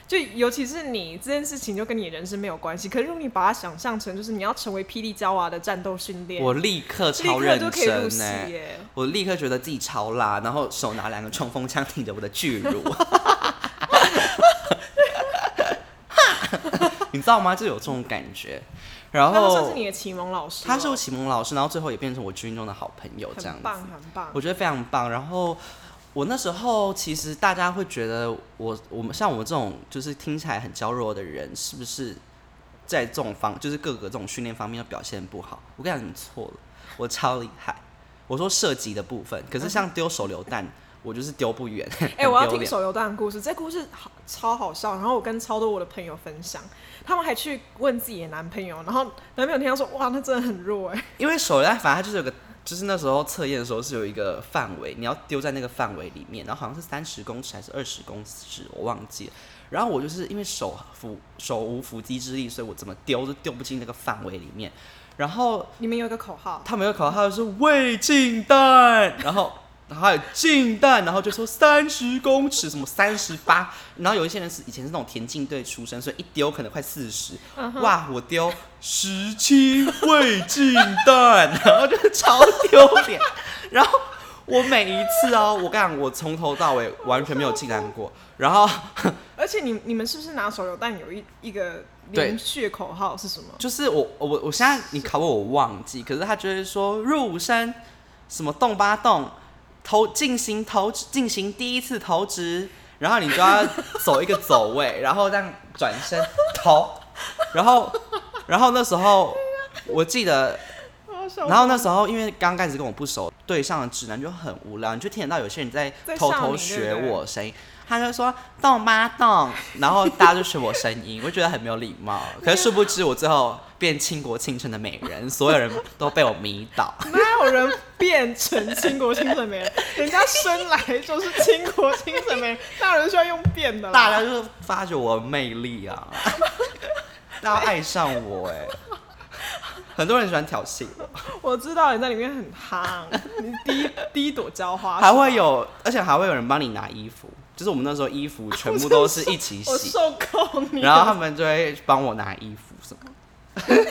Speaker 1: 就尤其是你这件事情就跟你人生没有关系，可是如果你把它想象成就是你要成为霹雳娇娃的战斗训练，
Speaker 2: 我立刻
Speaker 1: 立
Speaker 2: 超
Speaker 1: 刻
Speaker 2: 认
Speaker 1: 就可以入
Speaker 2: 真欸
Speaker 1: 戏
Speaker 2: 呢、
Speaker 1: 耶、
Speaker 2: 我立刻觉得自己超辣，然后手拿两个冲锋枪，挺着我的巨 乳。你知道吗？就有这种感觉。然
Speaker 1: 那就算是
Speaker 2: 后
Speaker 1: 你的启蒙老师哦、
Speaker 2: 他是我启蒙老师，然后最后也变成我军中的好朋友，这样
Speaker 1: 很
Speaker 2: 子。
Speaker 1: 棒很棒，
Speaker 2: 我觉得非常棒。然后我那时候其实大家会觉得我我们像我这种就是听起来很娇弱的人，是不是在这种方就是各个这种训练方面都表现不好？我跟你讲，你错了，我超厉害。我说射击的部分，可是像丢手榴弹，我就是丢不远。
Speaker 1: 嗯哎、我要
Speaker 2: 很丢
Speaker 1: 听
Speaker 2: 脸
Speaker 1: 手游蛋的故事，这故事好超好笑。然后我跟超多我的朋友分享，他们还去问自己的男朋友，然后男朋友听到说，哇，那真的很弱哎、
Speaker 2: 因为手榴弹，反正它就是有个，就是那时候测验的时候是有一个范围，你要丢在那个范围里面，然后好像是三十公尺还是二十公尺，我忘记了。然后我就是因为手扶手无缚鸡之力，所以我怎么丢都丢不进那个范围里面。然后
Speaker 1: 你们有一个口号，
Speaker 2: 他们有口号是“未进弹”，然后然后还有“进弹”，然后就说三十公尺什么三十八，然后有一些人是以前是那种田径队出身，所以一丢可能快四十、哇，我丢十七未进弹，然后就超丢脸， 然后。我每一次哦，我跟你讲，我从头到尾完全没有进弹过。然后
Speaker 1: 而且你你们是不是拿手游蛋有一一个
Speaker 2: 对
Speaker 1: 连续的口号是什么？
Speaker 2: 就是我我我现在你考我我忘记，可是他就会说入山什么动八动投进行投进行第一次投掷，然后你就要走一个走位，然后这样转身投，然后然后那时候我记得，
Speaker 1: 好 笑
Speaker 2: 然后那时候因为刚开始跟我不熟，对上的指南就很无聊，你就听得到有些人在
Speaker 1: 在
Speaker 2: 偷
Speaker 1: 笑
Speaker 2: 偷
Speaker 1: 你对
Speaker 2: 学
Speaker 1: 不对
Speaker 2: 我声音。他就说动妈动，然后大家就学我声音，我觉得很没有礼貌。可 是殊不知，我最后变倾国倾城的美人，所有人都被我迷 倒。
Speaker 1: 哪有人变成倾国倾城美人？人家生来就是倾国倾城 美人，哪有人需要用变的啦？
Speaker 2: 大家就发觉我的魅力啊， 大家爱上我哎、很多人喜欢 挑衅我，
Speaker 1: 我知道你在里面很夯，你第一 第一朵娇花
Speaker 2: 还
Speaker 1: 是吧
Speaker 2: 会有，而且还会有人帮你拿衣服，就是我们那时候衣服全部都是一起
Speaker 1: 我
Speaker 2: 洗，
Speaker 1: 受够 你了，
Speaker 2: 然后他们就会帮我拿衣服什么的。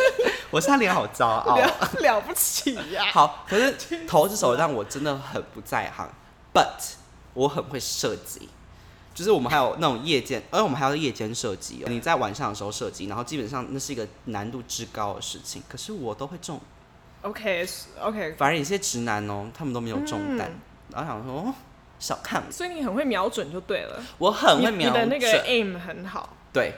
Speaker 2: 我现在脸好糟傲，
Speaker 1: 了了不起呀、
Speaker 2: 好，可是投掷手榴弹我真的很不在行，but 我很会射击。就是我们还有那种夜间，而我们还有夜间射击哦，你在晚上的时候射击，然后基本上那是一个难度之高的事情。可是我都会中，
Speaker 1: OK OK，
Speaker 2: 反而有些直男哦，他们都没有中弹，
Speaker 1: 嗯
Speaker 2: 然后想说哦小看我
Speaker 1: 所以你很会瞄准就对了，
Speaker 2: 我很会
Speaker 1: 你
Speaker 2: 瞄
Speaker 1: 你的
Speaker 2: 准，
Speaker 1: 那个 aim 很好，
Speaker 2: 对，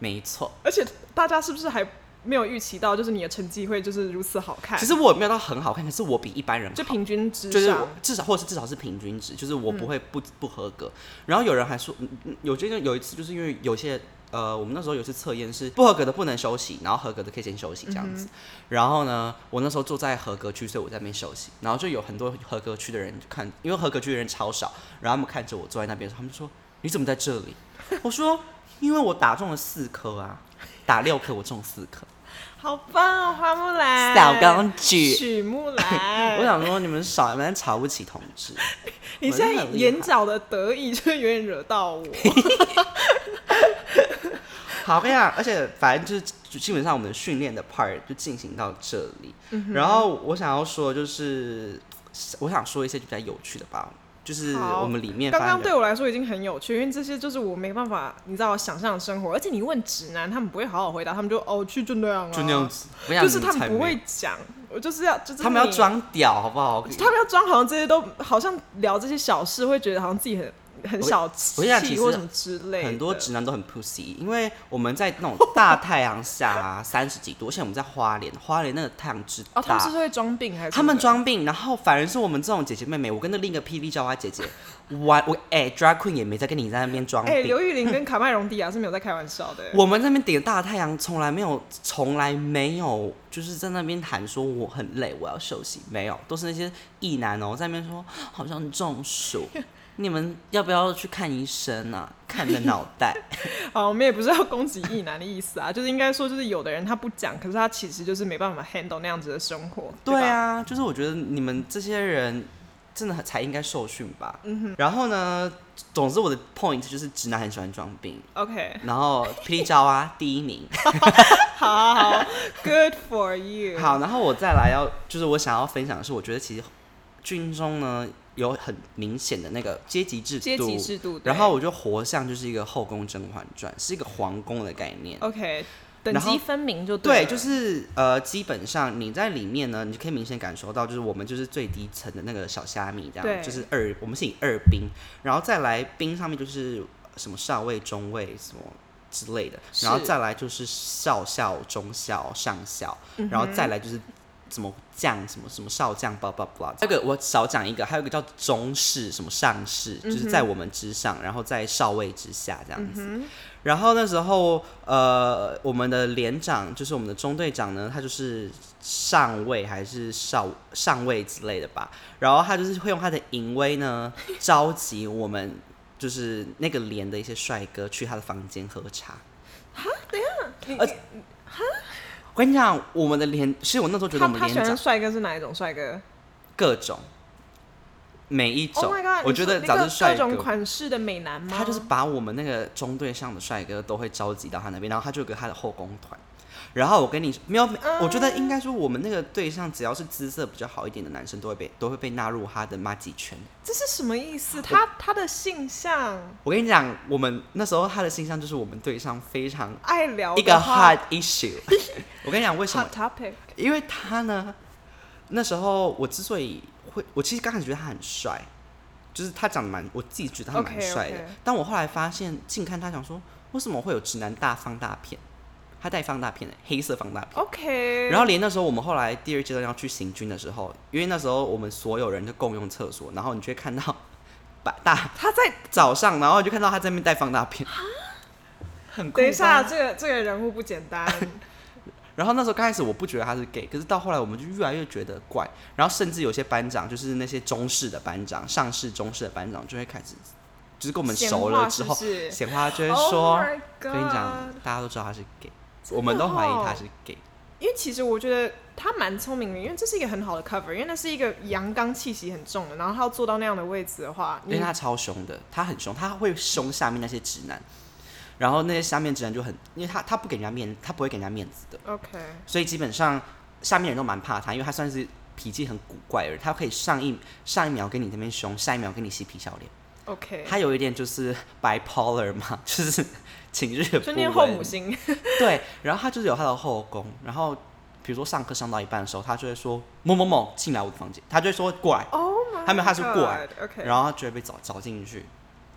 Speaker 2: 没错。
Speaker 1: 而且大家是不是还没有预期到，就是你的成绩会就是如此好看？
Speaker 2: 其实我没有到很好看，可是我比一般人
Speaker 1: 就
Speaker 2: 好
Speaker 1: 平均之
Speaker 2: 就是
Speaker 1: 上
Speaker 2: 我，至少，嗯或者是至少是平均值，就是我不会不、不合格。然后有人还说，嗯嗯有这个有一次就是因为有些呃，我们那时候有一次测验是不合格的不能休息，然后合格的可以先休息这样子。然后呢，我那时候坐在合格区，所以我在那边休息。然后就有很多合格区的人看，因为合格区的人超少，然后他们看着我坐在那边，他们就说：“你怎么在这里？” 我说：“因为我打中了四颗啊， 打六颗我中四颗，
Speaker 1: 好棒、哦，花木兰，
Speaker 2: 小公举。”
Speaker 1: 许木兰，
Speaker 2: 我想说，你们少，你们瞧不起同志。
Speaker 1: 你现在眼角的得意就有点惹到 我，
Speaker 2: 好，我跟你讲，而且反正就是就基本上我
Speaker 1: 嗯
Speaker 2: 们训练的 part 就进行到这里。然后我想要说，的就是我想说一些就比较有趣的吧，就是
Speaker 1: 好
Speaker 2: 我们里面
Speaker 1: 刚
Speaker 2: 发
Speaker 1: 刚
Speaker 2: 生的
Speaker 1: 对我来说已经很有趣，因为这些就是我没办法，你知道想象的生活。而且你问直男，他们不会好好回答，他们就哦去就那样啊，
Speaker 2: 就那样，子，我想
Speaker 1: 就是
Speaker 2: 你
Speaker 1: 他们
Speaker 2: 才
Speaker 1: 不
Speaker 2: 没
Speaker 1: 会讲，我就是要就是
Speaker 2: 他们要
Speaker 1: 你
Speaker 2: 装屌，好不好？
Speaker 1: 他们要装好像这些都好像聊这些小事，会觉得好像自己很很小气
Speaker 2: 我跟你讲其实
Speaker 1: 或什么之类的。
Speaker 2: 很多直男都很 pussy，因为我们在那种大太阳下 啊，三十几度，而且我们在花莲，花莲那个太阳之大，
Speaker 1: 哦，他们是不是会装病还是
Speaker 2: 他们装病，然后反而是我们这种姐姐妹妹，我跟那另一个霹雳叫花姐姐玩，我哎、drag queen 也没在跟你在那边装
Speaker 1: 哎、
Speaker 2: 病，
Speaker 1: 刘玉玲跟卡麦隆迪亚是没有在开玩笑的。
Speaker 2: 哦我们那边顶着大太阳，从来没有，从来没有，就是在那边喊说我很累，我要休息，没有，都是那些异男哦，在那边说好像中 暑，你们要不要去看医生啊？看你的脑 袋，
Speaker 1: 好，我们也不是要攻击异男的意思啊，就是应该说，就是有的人他不讲，可是他其实就是没办法 handle 那样子的生活。
Speaker 2: 对
Speaker 1: 吧，
Speaker 2: 啊，就是我觉得你们这些人真的很才应该受训吧。嗯哼。然后呢，总之我的 point 就是直男很喜欢装病，
Speaker 1: OK，
Speaker 2: 然后霹雳招啊 第一名。
Speaker 1: 好好好，Good for you。
Speaker 2: 好，然后我再来要就是我想要分享的是，我觉得其实军中呢有很明显的那个阶级制度，
Speaker 1: 阶级制度。对
Speaker 2: 然后我就活像就是一个后宫《甄嬛传》，是一个皇宫的概念。
Speaker 1: OK，等
Speaker 2: 然后
Speaker 1: 级分明就
Speaker 2: 对，
Speaker 1: 了
Speaker 2: 就是呃，基本上你在里面呢，你就可以明显感受到，就是我们就是最低层的那个小虾米，这
Speaker 1: 对
Speaker 2: 样，就是二，我们是以二兵，然后再来兵上面就是什么少尉、中尉什么之类的，然后
Speaker 1: 是
Speaker 2: 再来就是少校、中校、上校，
Speaker 1: 嗯
Speaker 2: 然后再来就是什么将、什么什么少将，blah blah blah。这个我少讲一个，还有一个叫中士、什么上士，
Speaker 1: 嗯
Speaker 2: 就是在我们之上，然后在少尉之下这样子。然后那时候，呃，我们的连长就是我们的中队长呢，他就是上尉还是少上尉之类的吧。然后他就是会用他的淫威 呢，召集我们就是那个连的一些帅哥去他的房间喝茶。
Speaker 1: 你
Speaker 2: 呃我跟你讲，我们的连，其实我那时候觉得
Speaker 1: 他
Speaker 2: 我们
Speaker 1: 他
Speaker 2: 连
Speaker 1: 喜欢
Speaker 2: 长
Speaker 1: 的帅哥是哪一种帅哥
Speaker 2: 各种每一种
Speaker 1: Oh my god！
Speaker 2: 我
Speaker 1: 你
Speaker 2: 觉
Speaker 1: 说
Speaker 2: 得
Speaker 1: 那
Speaker 2: 早
Speaker 1: 个
Speaker 2: 就帅
Speaker 1: 各种
Speaker 2: 哥。
Speaker 1: 款式的美男吗？
Speaker 2: 他就是把我们那个中队上的帅哥都会召集到他那边，然后他就有个他的后宫团。然后我跟你没有，
Speaker 1: 啊
Speaker 2: 我觉得应该说我们那个队上只要是姿色比较好一点的男生，都会被都会被纳入他的妈几圈。
Speaker 1: 这是什么意思？他他的性向
Speaker 2: 我跟你讲，我们那时候他的形象就是我们队上非常
Speaker 1: 爱聊
Speaker 2: 一
Speaker 1: 的
Speaker 2: 个
Speaker 1: 话
Speaker 2: hard issue。我跟你讲为什么
Speaker 1: hot？topic，
Speaker 2: 因为他呢，那时候我之所以会，我其实刚开始觉得他很帅，就是他长得蛮，我自己觉得他蛮
Speaker 1: OK，OK
Speaker 2: 帅的。但我后来发现，近看他想说，为什么会有直男大放大片？他带放大片的、黑色放大片。
Speaker 1: OK，
Speaker 2: 然后连那时候我们后来第二阶段要去行军的时候，因为那时候我们所有人就共用厕所，然后你就会看到 把大
Speaker 1: 他在
Speaker 2: 早上，然后你就看到他在那边带放大片，很酷
Speaker 1: 等一下，
Speaker 2: 吧。
Speaker 1: 这个这个人物不简 单，
Speaker 2: 然后那时候刚开始我不觉得他是 gay，可是到后来我们就越来越觉得怪，然后甚至有些班长，就是那些中式的班长、上式中式的班长，就会开始，就是跟我们熟了之后，
Speaker 1: 闲
Speaker 2: 闲话就会
Speaker 1: 话是不是
Speaker 2: 说
Speaker 1: Oh my
Speaker 2: 跟你讲
Speaker 1: God，
Speaker 2: 大家都知道他是 gay，
Speaker 1: 真的
Speaker 2: 我们都怀疑他
Speaker 1: 哦
Speaker 2: 是 gay。
Speaker 1: 因为其实我觉得他蛮聪明的，因为这是一个很好的 cover，因为那是一个阳刚气息很重的，然后他要做到那样的位置的话，
Speaker 2: 因为
Speaker 1: 你
Speaker 2: 他超凶的，他很凶，他会凶下面那些直男，然后那些下面直男就很，因为他他不给人家面，他不会给人家面子的，
Speaker 1: OK，
Speaker 2: 所以基本上下面人都蛮怕他，因为他算是脾气很古怪的人，他可以上一上一秒跟你这边凶，下一秒跟你嬉皮笑脸，
Speaker 1: OK，
Speaker 2: 他有一点就是 bipolar 嘛， 就是情绪
Speaker 1: 就
Speaker 2: 不
Speaker 1: 念
Speaker 2: 稳，
Speaker 1: 后母 心，
Speaker 2: 对，然后他就是有他的后宫，然后比如说上课上到一半的时候，他就会说某某某进来我的房间，他就会说过来。
Speaker 1: 哦 my，
Speaker 2: 他没有他是过来
Speaker 1: OK，
Speaker 2: 然后他就会被找找进去，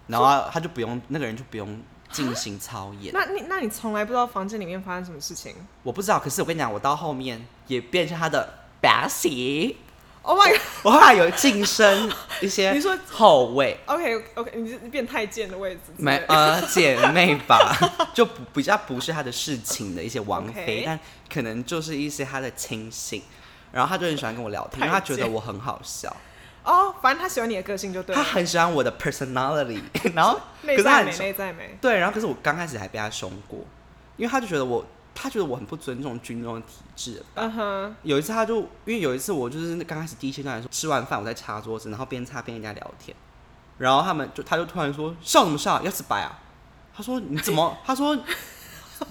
Speaker 2: 然后他就不用那个人就不用进行操演。
Speaker 1: 那你那你从来不知道房间里面发生什么事情
Speaker 2: 我不知道，可是我跟你讲，我到后面也变成他的 Bessie，
Speaker 1: ？Oh my
Speaker 2: 我后来有晋升一些
Speaker 1: 你说
Speaker 2: 后卫，
Speaker 1: god，OK OK，你是变太监的位置，
Speaker 2: 没 呃姐妹吧， 就不比较不是他的事情的一些王妃
Speaker 1: OK
Speaker 2: 但可能就是一些他的亲信。然后他就很喜欢跟我聊天，因为他觉得我很好笑，
Speaker 1: 哦，反正他喜欢你的个性就对
Speaker 2: 他
Speaker 1: 了，
Speaker 2: 很喜欢我的 personality，然后 可
Speaker 1: 内
Speaker 2: 是他
Speaker 1: 在
Speaker 2: 很
Speaker 1: 美，内在美。
Speaker 2: 对，然后可是我刚开始还被他凶过，因为他就觉得我，他觉得我很不尊重军中的体制。
Speaker 1: 嗯哼，
Speaker 2: 有一次他就，因为有一次我就是刚开始第一阶段的时候，吃完饭我在擦桌子，然后边擦边跟人家聊天， 然后他们就他就突然说笑什么笑，要死白啊！他说你怎么？他说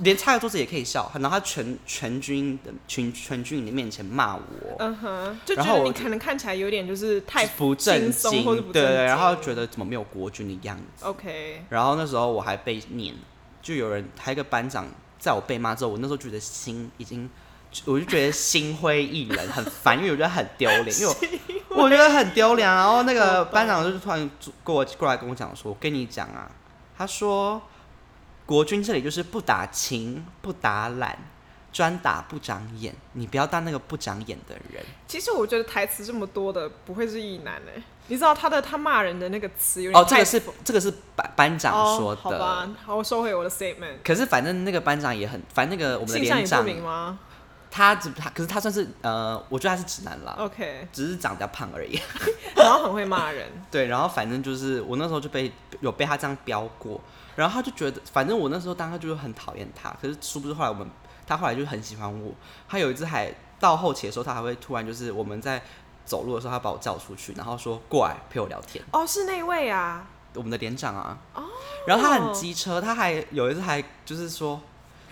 Speaker 2: 连擦个桌子也可以笑，然后他全全军的群全军的面前骂我，
Speaker 1: 嗯哼，就
Speaker 2: 然
Speaker 1: 觉
Speaker 2: 后
Speaker 1: 得
Speaker 2: 我
Speaker 1: 你可能看起来有点就是太
Speaker 2: 不正
Speaker 1: 轻松
Speaker 2: 经，
Speaker 1: 或者不
Speaker 2: 对
Speaker 1: 正
Speaker 2: 对，
Speaker 1: 经
Speaker 2: 然后觉得怎么没有国军的样子。
Speaker 1: OK，
Speaker 2: 然后那时候我还被念，就有人还有一个班长在我被骂之后，我那时候觉得心已经，我就觉得心灰意冷，很烦，因为我觉得很丢 脸，因为我我觉得很丢脸啊。然后那
Speaker 1: 我
Speaker 2: 个
Speaker 1: 懂
Speaker 2: 班长就是突然过我过来跟我讲说：“我跟你讲啊，他说国军这里就是不打勤不打懒。”专打不长眼，你不要当那个不长眼的人。
Speaker 1: 其实我觉得台词这么多的不会是意男哎、你知道他的他骂人的那个词有点
Speaker 2: 哦，这
Speaker 1: 太
Speaker 2: 个是这个是班班长说
Speaker 1: 哦
Speaker 2: 的，
Speaker 1: 好吧，好，我收回我的 statement。
Speaker 2: 可是反正那个班长也很，反正那个我们
Speaker 1: 性
Speaker 2: 的
Speaker 1: 向
Speaker 2: 连
Speaker 1: 也不
Speaker 2: 长
Speaker 1: 明吗
Speaker 2: 他只他，可是他算是呃，我觉得他是直男啦，
Speaker 1: ？OK，
Speaker 2: 只是长得比较胖而已。
Speaker 1: 然后很会骂人，
Speaker 2: 对，然后反正就是我那时候就被有被他这样标过，然后他就觉得，反正我那时候当他就是很讨厌他，可是殊不知后来我们他后来就很喜欢我，他有一次还到后期的时候，他还会突然就是我们在走路的时候，他把我叫出去，然后说过来陪我聊天。
Speaker 1: 哦，是那位啊，
Speaker 2: 我们的连长啊，然后他很机车，他还有一次还就是说，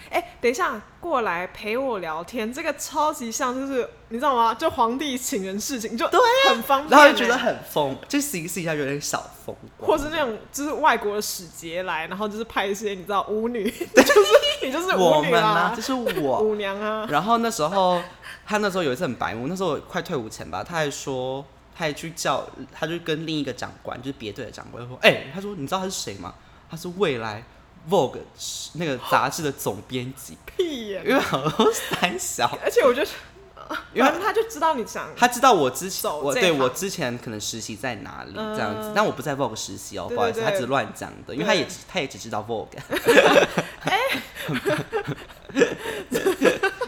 Speaker 1: 哎、等一下，过来陪我聊天，这个超级像，就是你知道吗？就皇帝请人事情，就对、很方便、
Speaker 2: 啊然后就觉
Speaker 1: 欸
Speaker 2: 得很疯，就形式一下有点小风光，
Speaker 1: 或是那种就是外国的使节来，然后就是派一些你知道舞女， 就是你就是
Speaker 2: 我
Speaker 1: 舞
Speaker 2: 们
Speaker 1: 女
Speaker 2: 啦，
Speaker 1: 啊
Speaker 2: 就，是我，
Speaker 1: 舞娘 啊，
Speaker 2: 然后那时候他那时候有一次很白目，那时候快退伍前吧，他还说，他还去叫，他就跟另一个长官，就是别队的长官说，哎、他说你知道他是谁吗？他是未来 Vogue 那个杂志的总编辑，
Speaker 1: 屁眼、
Speaker 2: 因为好像三小，
Speaker 1: 而且我就，
Speaker 2: 因为
Speaker 1: 反正他就知道你想，
Speaker 2: 他知道我之前
Speaker 1: 走
Speaker 2: 我
Speaker 1: 这
Speaker 2: 对
Speaker 1: 行
Speaker 2: 我之前可能实习在哪里这样子，
Speaker 1: 嗯
Speaker 2: 但我不在 Vogue 实习哦，
Speaker 1: 对
Speaker 2: 不好意思，
Speaker 1: 对
Speaker 2: 他
Speaker 1: 对
Speaker 2: 只是乱讲的，因为他也
Speaker 1: 对哎
Speaker 2: 只他也只知道 Vogue，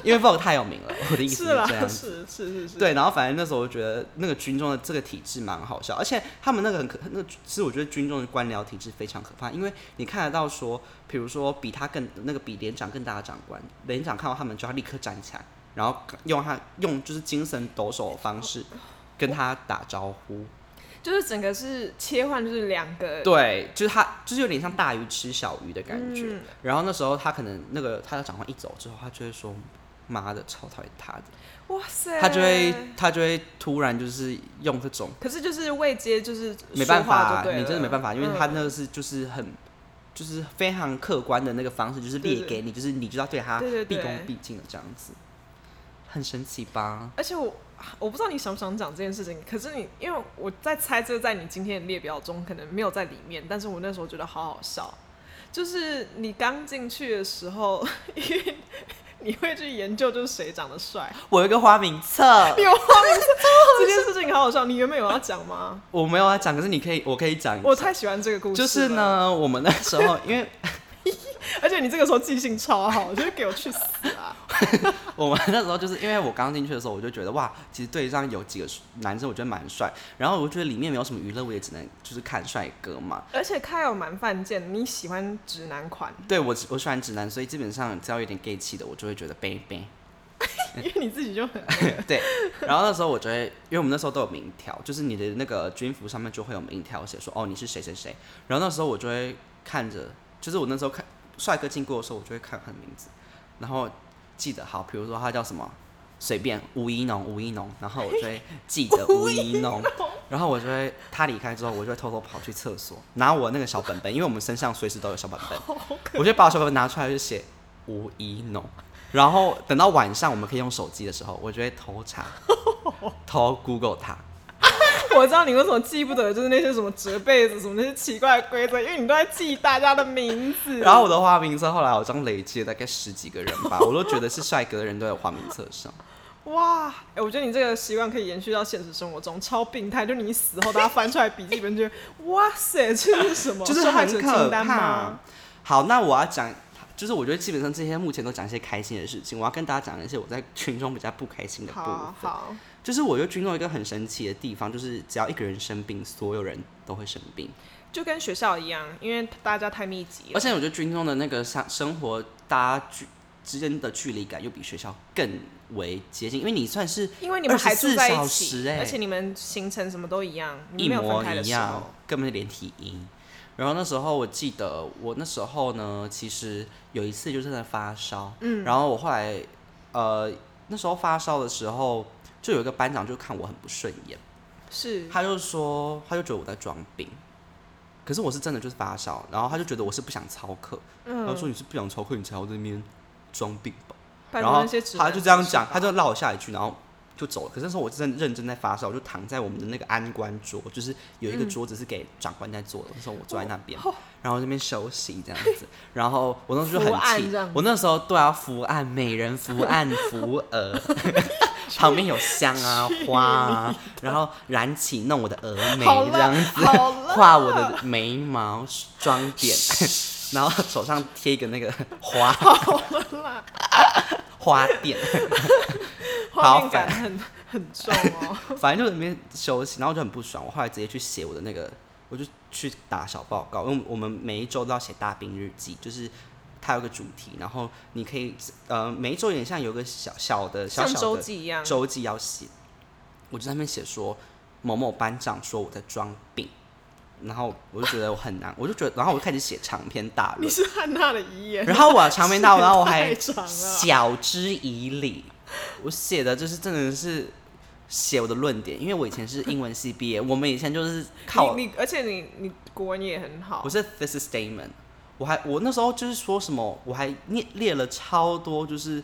Speaker 2: 因为 Vogue 太有名了，我的意思
Speaker 1: 是啦，
Speaker 2: 这样子。
Speaker 1: 是是是是，
Speaker 2: 对，然后反正那时候我就觉得那个军中的这个体制蛮好笑，而且他们那个很可，那个其实我觉得军中的官僚体制非常可怕，因为你看得到说，比如说比他更那个比连长更大的长官，连长看到他们就要立刻站起来，然后用他用就是精神抖擞的方式跟他打招呼，
Speaker 1: 就是整个是切换，就是两个
Speaker 2: 对，就是他就是有点像大鱼吃小鱼的感觉。
Speaker 1: 嗯
Speaker 2: 然后那时候他可能那个他的长官一走之后，他就会说。妈的，超讨厌他的，
Speaker 1: 哇塞，
Speaker 2: 他就会他就会突然就是用这种
Speaker 1: 可是就是未接，就是
Speaker 2: 没办
Speaker 1: 说话
Speaker 2: 法
Speaker 1: 就，对
Speaker 2: 你真的
Speaker 1: 了
Speaker 2: 没办法，因为他
Speaker 1: 嗯
Speaker 2: 那个是就是很。就是非常客观的那个方式，就是
Speaker 1: 对
Speaker 2: 列
Speaker 1: 对
Speaker 2: 给你，就是你就要对他
Speaker 1: 对对
Speaker 2: 毕
Speaker 1: 对
Speaker 2: 恭毕敬的这样子，很神奇吧？
Speaker 1: 而且我我不知道你想不想讲这件事情，可是你因为我在猜这个在你今天的列表中可能没有在里面，但是我那时候觉得好好笑，就是你刚进去的时候， 因为你会去研究就是谁长得帅，
Speaker 2: 我有一个花名册，
Speaker 1: 有吗？这件事情好好笑，你原本有要讲吗？
Speaker 2: 我没有要讲，可是你可以，我可以讲。
Speaker 1: 我太喜欢这个故事，
Speaker 2: 就是，呢，我们那时候，因为
Speaker 1: 而且你这个时候记性超好，就是给我去死啊！
Speaker 2: 我们那时候就是因为我刚进去的时候，我就觉得哇，其实队上有几个男生，我觉得蛮帅，然后我觉得里面没有什么娱乐，我也只能就是看帅哥嘛。
Speaker 1: 而且开有蛮犯贱，你喜欢直男款，
Speaker 2: 对我我喜欢直男，所以基本上只要有点 gay 气的，我就会觉得 b a
Speaker 1: 因为你自己就很
Speaker 2: 对，然后那时候我觉得，因为我们那时候都有名条，就是你的那个军服上面就会有名条写说哦你是谁谁谁。然后那时候我就会看着，就是我那时候看帅哥经过的时候，我就会看他的名字，然后记得好，比如说他叫什么，随便吴一农，吴一农，然后我就会记得 吴一农，然后我就会他离开之后，我就会偷偷跑去厕所拿我那个小本本，因为我们身上随时都有小本本，我就把我小本本拿出来就写吴一农。然后等到晚上我们可以用手机的时候，我就会 偷查、偷 Google 它。
Speaker 1: 我知道你为什么记不得，就是那些什么折被子、什么那些奇怪的规则，因为你都在记大家的名字。
Speaker 2: 然后我的花名册后来好像累积了大概十几个人吧，我都觉得是帅哥的人都有花名册 上。
Speaker 1: 哇，哎、我觉得你这个习惯可以延续到现实生活中，超病态。就你死后，大家翻出来笔记本，觉得哇塞，这是什么？
Speaker 2: 就是
Speaker 1: 受害
Speaker 2: 很
Speaker 1: 者
Speaker 2: 可
Speaker 1: 清单
Speaker 2: 怕
Speaker 1: 吗？。
Speaker 2: 好，那我要讲，就是我觉得基本上这些目前都讲一些开心的事情，我要跟大家讲一些我在群中比较不开心的部
Speaker 1: 好
Speaker 2: 分。
Speaker 1: 好，
Speaker 2: 就是我觉得群中有一个很神奇的地方，就是只要一个人生病，所有人都会生病。
Speaker 1: 就跟学校一样，因为大家太密集
Speaker 2: 而
Speaker 1: 了。
Speaker 2: 且我觉得军中的那个生生活，大家距之间的距离感又比学校更为接近，因为你算是
Speaker 1: 因为你们还住在一起，
Speaker 2: 24小时欸
Speaker 1: 而且你们行程什么都一样，你
Speaker 2: 一
Speaker 1: 们没有
Speaker 2: 模
Speaker 1: 分开的
Speaker 2: 一
Speaker 1: 时候
Speaker 2: 样，，根本就连体婴。然后那时候我记得，我那时候呢，其实有一次就真的发烧，嗯，然后我后来，呃，那时候发烧的时候，就有一个班长就看我很不顺眼，
Speaker 1: 是
Speaker 2: 他就说，他就觉得我在装病，可是我是真的就是发烧，然后他就觉得我是不想操课，
Speaker 1: 嗯
Speaker 2: 他说你是不想操课，你才要在那边装病吧。
Speaker 1: 拜
Speaker 2: 然
Speaker 1: 托
Speaker 2: 后
Speaker 1: 那些直
Speaker 2: 他
Speaker 1: 男
Speaker 2: 就这样
Speaker 1: 就是
Speaker 2: 讲，
Speaker 1: 吧
Speaker 2: 他就落下一句，然后就走了。可是那时候我真的认真在发烧，我就躺在我们的那个安官桌，就是有一
Speaker 1: 嗯
Speaker 2: 个桌子是给长官在坐的，那时候我坐在那
Speaker 1: 哦
Speaker 2: 边，然后那边休息这样子。然后我那时候就
Speaker 1: 伏案
Speaker 2: 很气
Speaker 1: 这样子，
Speaker 2: 我那时候对啊，伏案美人伏案扶 额。旁边有香啊花啊，然后燃起弄我的峨眉
Speaker 1: 好了
Speaker 2: 这样子
Speaker 1: 好，了
Speaker 2: 画我的眉毛妆 点， 然后手上贴一个那个花
Speaker 1: 啦
Speaker 2: 花店，
Speaker 1: 画
Speaker 2: 好
Speaker 1: 面感很很重哦。
Speaker 2: 反正就在那边休息，然后我就很不爽，我后来直接去写我的那个，我就去打小报告，因为我们每一周都要写大病日记，就是它有个主题，然后你可以呃每一周有点像有个小小的小
Speaker 1: 像
Speaker 2: 小
Speaker 1: 周
Speaker 2: 的
Speaker 1: 记一样，
Speaker 2: 周记要写，我就在那边写说某某班长说我在装病。然后我就觉得我很难，我就觉得，然后我就开始写长篇大
Speaker 1: 你
Speaker 2: 论，
Speaker 1: 是汉娜的遗言，
Speaker 2: 然后我长篇大 论，然后我还
Speaker 1: 太长了。
Speaker 2: 晓之以理。我写的就是真的是写我的论点，因为我以前是英文系毕业，我们以前就是靠
Speaker 1: 你你，而且你你国文也很好
Speaker 2: 我，是 thesis statement，我还我那时候就是说什么，我还列列了超多，就是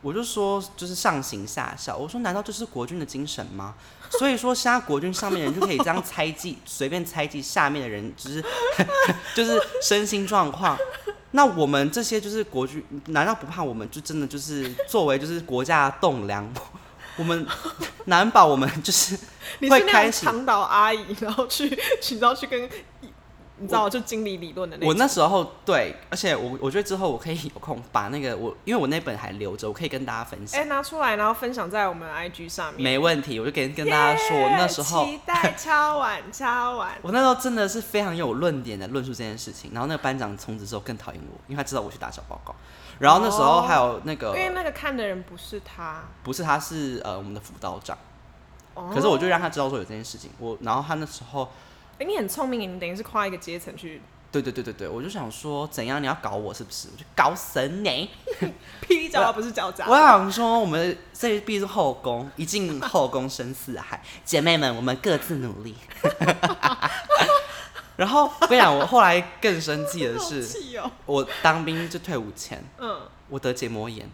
Speaker 2: 我就说就是上行下效，我说难道这是国军的精神吗？所以说现在国军上面的人就可以这样猜忌，随便猜忌下面的人，就是 就是身心状况。那我们这些就是国军，难道不怕我们就真的就是作为就是国家的栋梁，我们难保我们就是
Speaker 1: 你
Speaker 2: 会
Speaker 1: 是那
Speaker 2: 开
Speaker 1: 种
Speaker 2: 始
Speaker 1: 长岛阿姨，然后去， 你知道去跟，你知道就经理理论的那
Speaker 2: 我
Speaker 1: 种。
Speaker 2: 那时候对，而且我我觉得之后我可以有空把那个我，因为我那本还留着，我可以跟大家分享。
Speaker 1: 哎、拿出来，然后分享在我们 IG 上面。
Speaker 2: 没问题，我就跟跟大家说，我那时候
Speaker 1: 期待敲碗敲
Speaker 2: ，
Speaker 1: 碗
Speaker 2: 我那时候真的是非常有论点的论述这件事情。然后那个班长从此之后更讨厌我，因为他知道我去打小报告。然后那时候还有那个、
Speaker 1: 因为那个看的人不是他。
Speaker 2: 不是他是呃我们的辅导长，
Speaker 1: 哦
Speaker 2: 可是我就让他知道说有这件事情。我然后他那时候
Speaker 1: 哎、你很聪明，你等于是跨一个阶层去
Speaker 2: 对对对对对，我就想说怎样你要搞我是不是？我就搞死你！
Speaker 1: 劈脚，而不是脚掌。
Speaker 2: 我想说，我们这必是后宫，一进后宫深似海，姐妹们，我们各自努力。然后我跟你讲，我后来更生气的
Speaker 1: 好
Speaker 2: 是，
Speaker 1: 气哦、
Speaker 2: 我当兵就退伍前，
Speaker 1: 嗯，
Speaker 2: 我得结膜炎，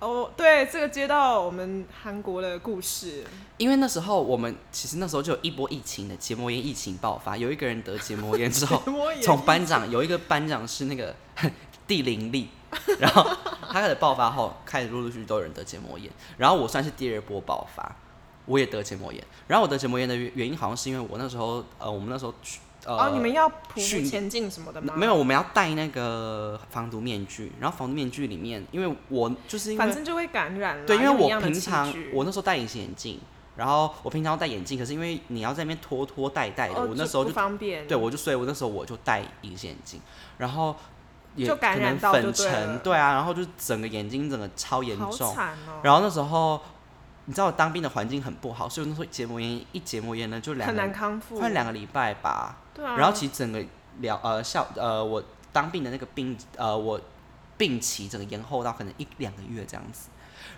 Speaker 1: 哦，对，这个接到我们韩国的故事，，
Speaker 2: 因为那时候我们其实那时候就有一波疫情的结膜炎疫情爆发，有一个人得结膜炎之后
Speaker 1: 我也
Speaker 2: 从班长有一个班长是那个 地灵力，然后他开始爆发后，开始陆陆续续都有人得结膜炎，然后我算是第二波爆发，我也得结膜炎，然后我得结膜炎的原原因好像是因为我那时候呃，我们那时候去呃，
Speaker 1: 哦，你们要匍
Speaker 2: 训
Speaker 1: 匐
Speaker 2: 练
Speaker 1: 前进什么的吗？
Speaker 2: 没有，我们要戴那个防毒面具，然后防毒面具里面，因为我就是因
Speaker 1: 反
Speaker 2: 为
Speaker 1: 正就会感染啦。
Speaker 2: 对，因为
Speaker 1: 用一
Speaker 2: 我
Speaker 1: 样的
Speaker 2: 平
Speaker 1: 器
Speaker 2: 常
Speaker 1: 具
Speaker 2: 我那时候戴隐形眼镜，然后我平常戴眼镜，可是因为你要在那边拖拖带带的，
Speaker 1: 哦
Speaker 2: 我那时候
Speaker 1: 不
Speaker 2: 就
Speaker 1: 方便。
Speaker 2: 对，我就所以我那时候我就戴隐形眼镜，然后也
Speaker 1: 就感
Speaker 2: 可
Speaker 1: 染
Speaker 2: 能
Speaker 1: 到就
Speaker 2: 粉
Speaker 1: 对了
Speaker 2: 尘，对啊，然后就整个眼睛整个超严
Speaker 1: 好
Speaker 2: 重。
Speaker 1: 惨哦、
Speaker 2: 然后那时候你知道我当兵的环境很不好，所以我那时候结膜炎一结膜炎呢就两
Speaker 1: 很难
Speaker 2: 个
Speaker 1: 康复，
Speaker 2: 快两个礼拜吧。
Speaker 1: 对啊。
Speaker 2: 然后其实整个疗呃效呃我当兵的那个病呃我病期整个延后到可能一两个月这样子。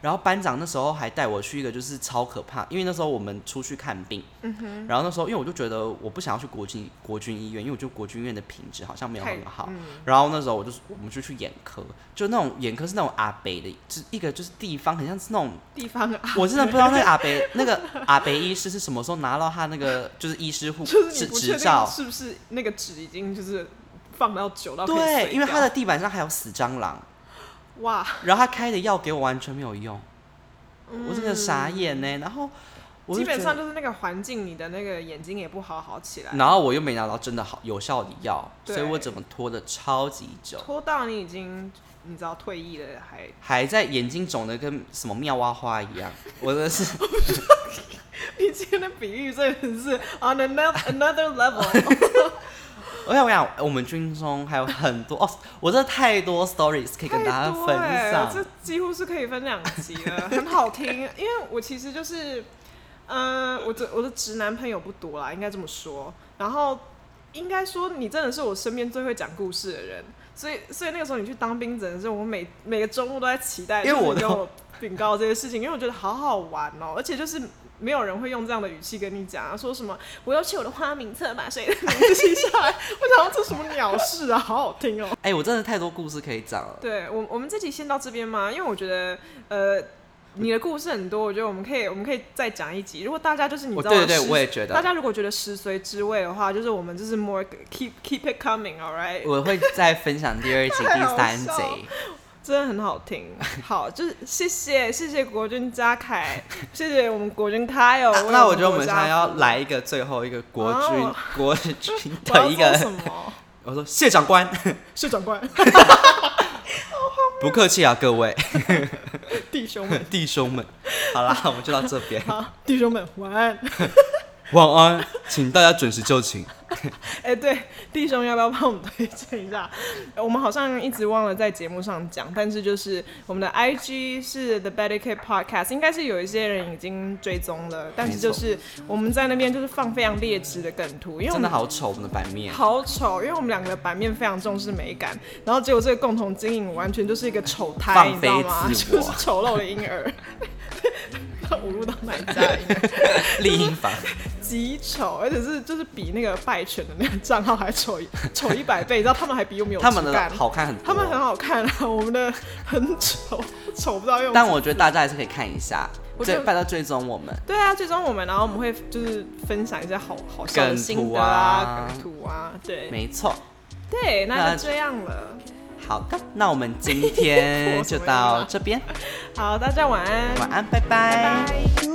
Speaker 2: 然后班长那时候还带我去一个就是超可怕，因为那时候我们出去看病，嗯、然后那时候因为我就觉得我不想要去国军国军医院，因为我觉得国军医院的品质好像没有
Speaker 1: 太
Speaker 2: 很好。
Speaker 1: 嗯，
Speaker 2: 然后那时候我就我们就去眼科，就那种眼科是那种阿北的，就是一个就是地方很像是那种
Speaker 1: 地方啊，
Speaker 2: 我真的不知道那个阿北那个阿北医师是什么时候拿到他那个就是医师 护
Speaker 1: 就是
Speaker 2: 执
Speaker 1: 你不确
Speaker 2: 执
Speaker 1: 定
Speaker 2: 照，
Speaker 1: 是不是那个纸已经就是放到久到可以
Speaker 2: 对，
Speaker 1: 碎
Speaker 2: 因为他
Speaker 1: 掉
Speaker 2: 的地板上还有死蟑螂，
Speaker 1: 哇，
Speaker 2: 然后他开的药给我完全没有用，我真的傻眼呢。然后我
Speaker 1: 嗯
Speaker 2: 就
Speaker 1: 基本
Speaker 2: 觉
Speaker 1: 上
Speaker 2: 得
Speaker 1: 就是那个环境，你的那个眼睛也不好好起来，
Speaker 2: 然后我又没拿到真的好有效的药，
Speaker 1: 对
Speaker 2: 所以我怎么拖的超级久，
Speaker 1: 拖到你已经你知道退役了还。
Speaker 2: 还在眼睛肿的跟什么妙蛙花一样，我真的是
Speaker 1: 你今天的比喻真的是 on another another level，
Speaker 2: 而且我想，我们军中还有很多哦，我真的太多 stories 可以跟
Speaker 1: 太
Speaker 2: 大家
Speaker 1: 多
Speaker 2: 分
Speaker 1: 欸
Speaker 2: 享
Speaker 1: 这。几乎是可以分两集了，很好听。因为我其实呃就是，嗯、我的我的直男朋友不多啦，应该这么说。然后应该说你真的是我身边最会讲故事的人，所以所以那个时候你去当兵，真的是我每每个周末都在期待，
Speaker 2: 因为我
Speaker 1: 就是你
Speaker 2: 都
Speaker 1: 跟我禀告这些事情，因为我觉得好好玩哦、而且就是。没有人会用这样的语气跟你讲、啊，说什么我要去我的花名册把谁的名字记下来，我想要这什么鸟事啊，好好听哦、
Speaker 3: 哎、我真的太多故事可以讲了。
Speaker 1: 对我，我们这集先到这边嘛，因为我觉得，呃，你的故事很多，我觉得我们可以，我们可以再讲一集。如果大家就是你
Speaker 3: 我
Speaker 1: 知道，
Speaker 3: 对对对，我也觉
Speaker 1: 大
Speaker 3: 得，
Speaker 1: 家如果觉得食髓知味的话，就是我们就是 more keep keep it coming，all right，
Speaker 3: 我会再分享第二集、
Speaker 1: 太
Speaker 3: 第
Speaker 1: 好
Speaker 3: 三
Speaker 1: 笑了
Speaker 3: 集。
Speaker 1: 真的很好 听。好，就是谢谢谢谢国军嘉凯，谢谢我们国军 Kyle 为
Speaker 2: 啊
Speaker 1: 国家。
Speaker 2: 那我觉得我们现在要来一个最后一个国军、
Speaker 1: 哦
Speaker 2: 国军
Speaker 1: 我要
Speaker 2: 的一
Speaker 1: 做
Speaker 2: 个，
Speaker 1: 什么？
Speaker 2: 我说谢长官，
Speaker 1: 是长官
Speaker 2: 不客气啊，各位
Speaker 1: 弟兄们，
Speaker 2: 弟兄们，好啦，我们就到这边，
Speaker 1: 好，弟兄们晚安。
Speaker 2: 晚安，请大家准时就寝。
Speaker 1: 哎、对，弟兄要不要帮我们推荐一下？我们好像一直忘了在节目上讲，但是就是我们的 IG 是 The Better Kid Podcast，应该是有一些人已经追踪了，但是就是我们在那边就是放非常劣质的梗图，因为我
Speaker 3: 真
Speaker 1: 们
Speaker 3: 的好丑，我们的版面。
Speaker 1: 好丑，因为我们两个版面非常重视美感，然后结果这个共同经营完全就是一个丑胎，
Speaker 3: 放
Speaker 1: 你知道吗？
Speaker 3: 飞自
Speaker 1: 就
Speaker 3: 我
Speaker 1: 是丑陋的婴儿， 侮辱到买家的婴儿。
Speaker 3: 丽英房，
Speaker 1: 极丑，而且是就是比那个败犬的那个账号还丑一丑一百倍，你知道他们还比我们有
Speaker 3: 他们
Speaker 1: 质
Speaker 3: 的
Speaker 1: 感
Speaker 3: 好看很多，
Speaker 1: 他们很好看啊，我们的很丑，丑不到用。
Speaker 3: 但我觉得大家还是可以看一下，
Speaker 1: 我
Speaker 3: 追
Speaker 1: 就
Speaker 3: 拜托追踪我们。
Speaker 1: 对啊，最终我们然后我们会就是分享一些好好笑的
Speaker 3: 梗
Speaker 1: 心
Speaker 3: 图
Speaker 1: 得
Speaker 3: 啊
Speaker 1: 梗图啊，对
Speaker 3: 没错，
Speaker 1: 对，那
Speaker 3: 那
Speaker 1: 就这样了。
Speaker 3: 好的，那我们今天
Speaker 1: 我什
Speaker 3: 就
Speaker 1: 么意思啊
Speaker 3: 到这边，
Speaker 1: 好，大家晚安，
Speaker 3: 晚安，拜
Speaker 1: 拜拜。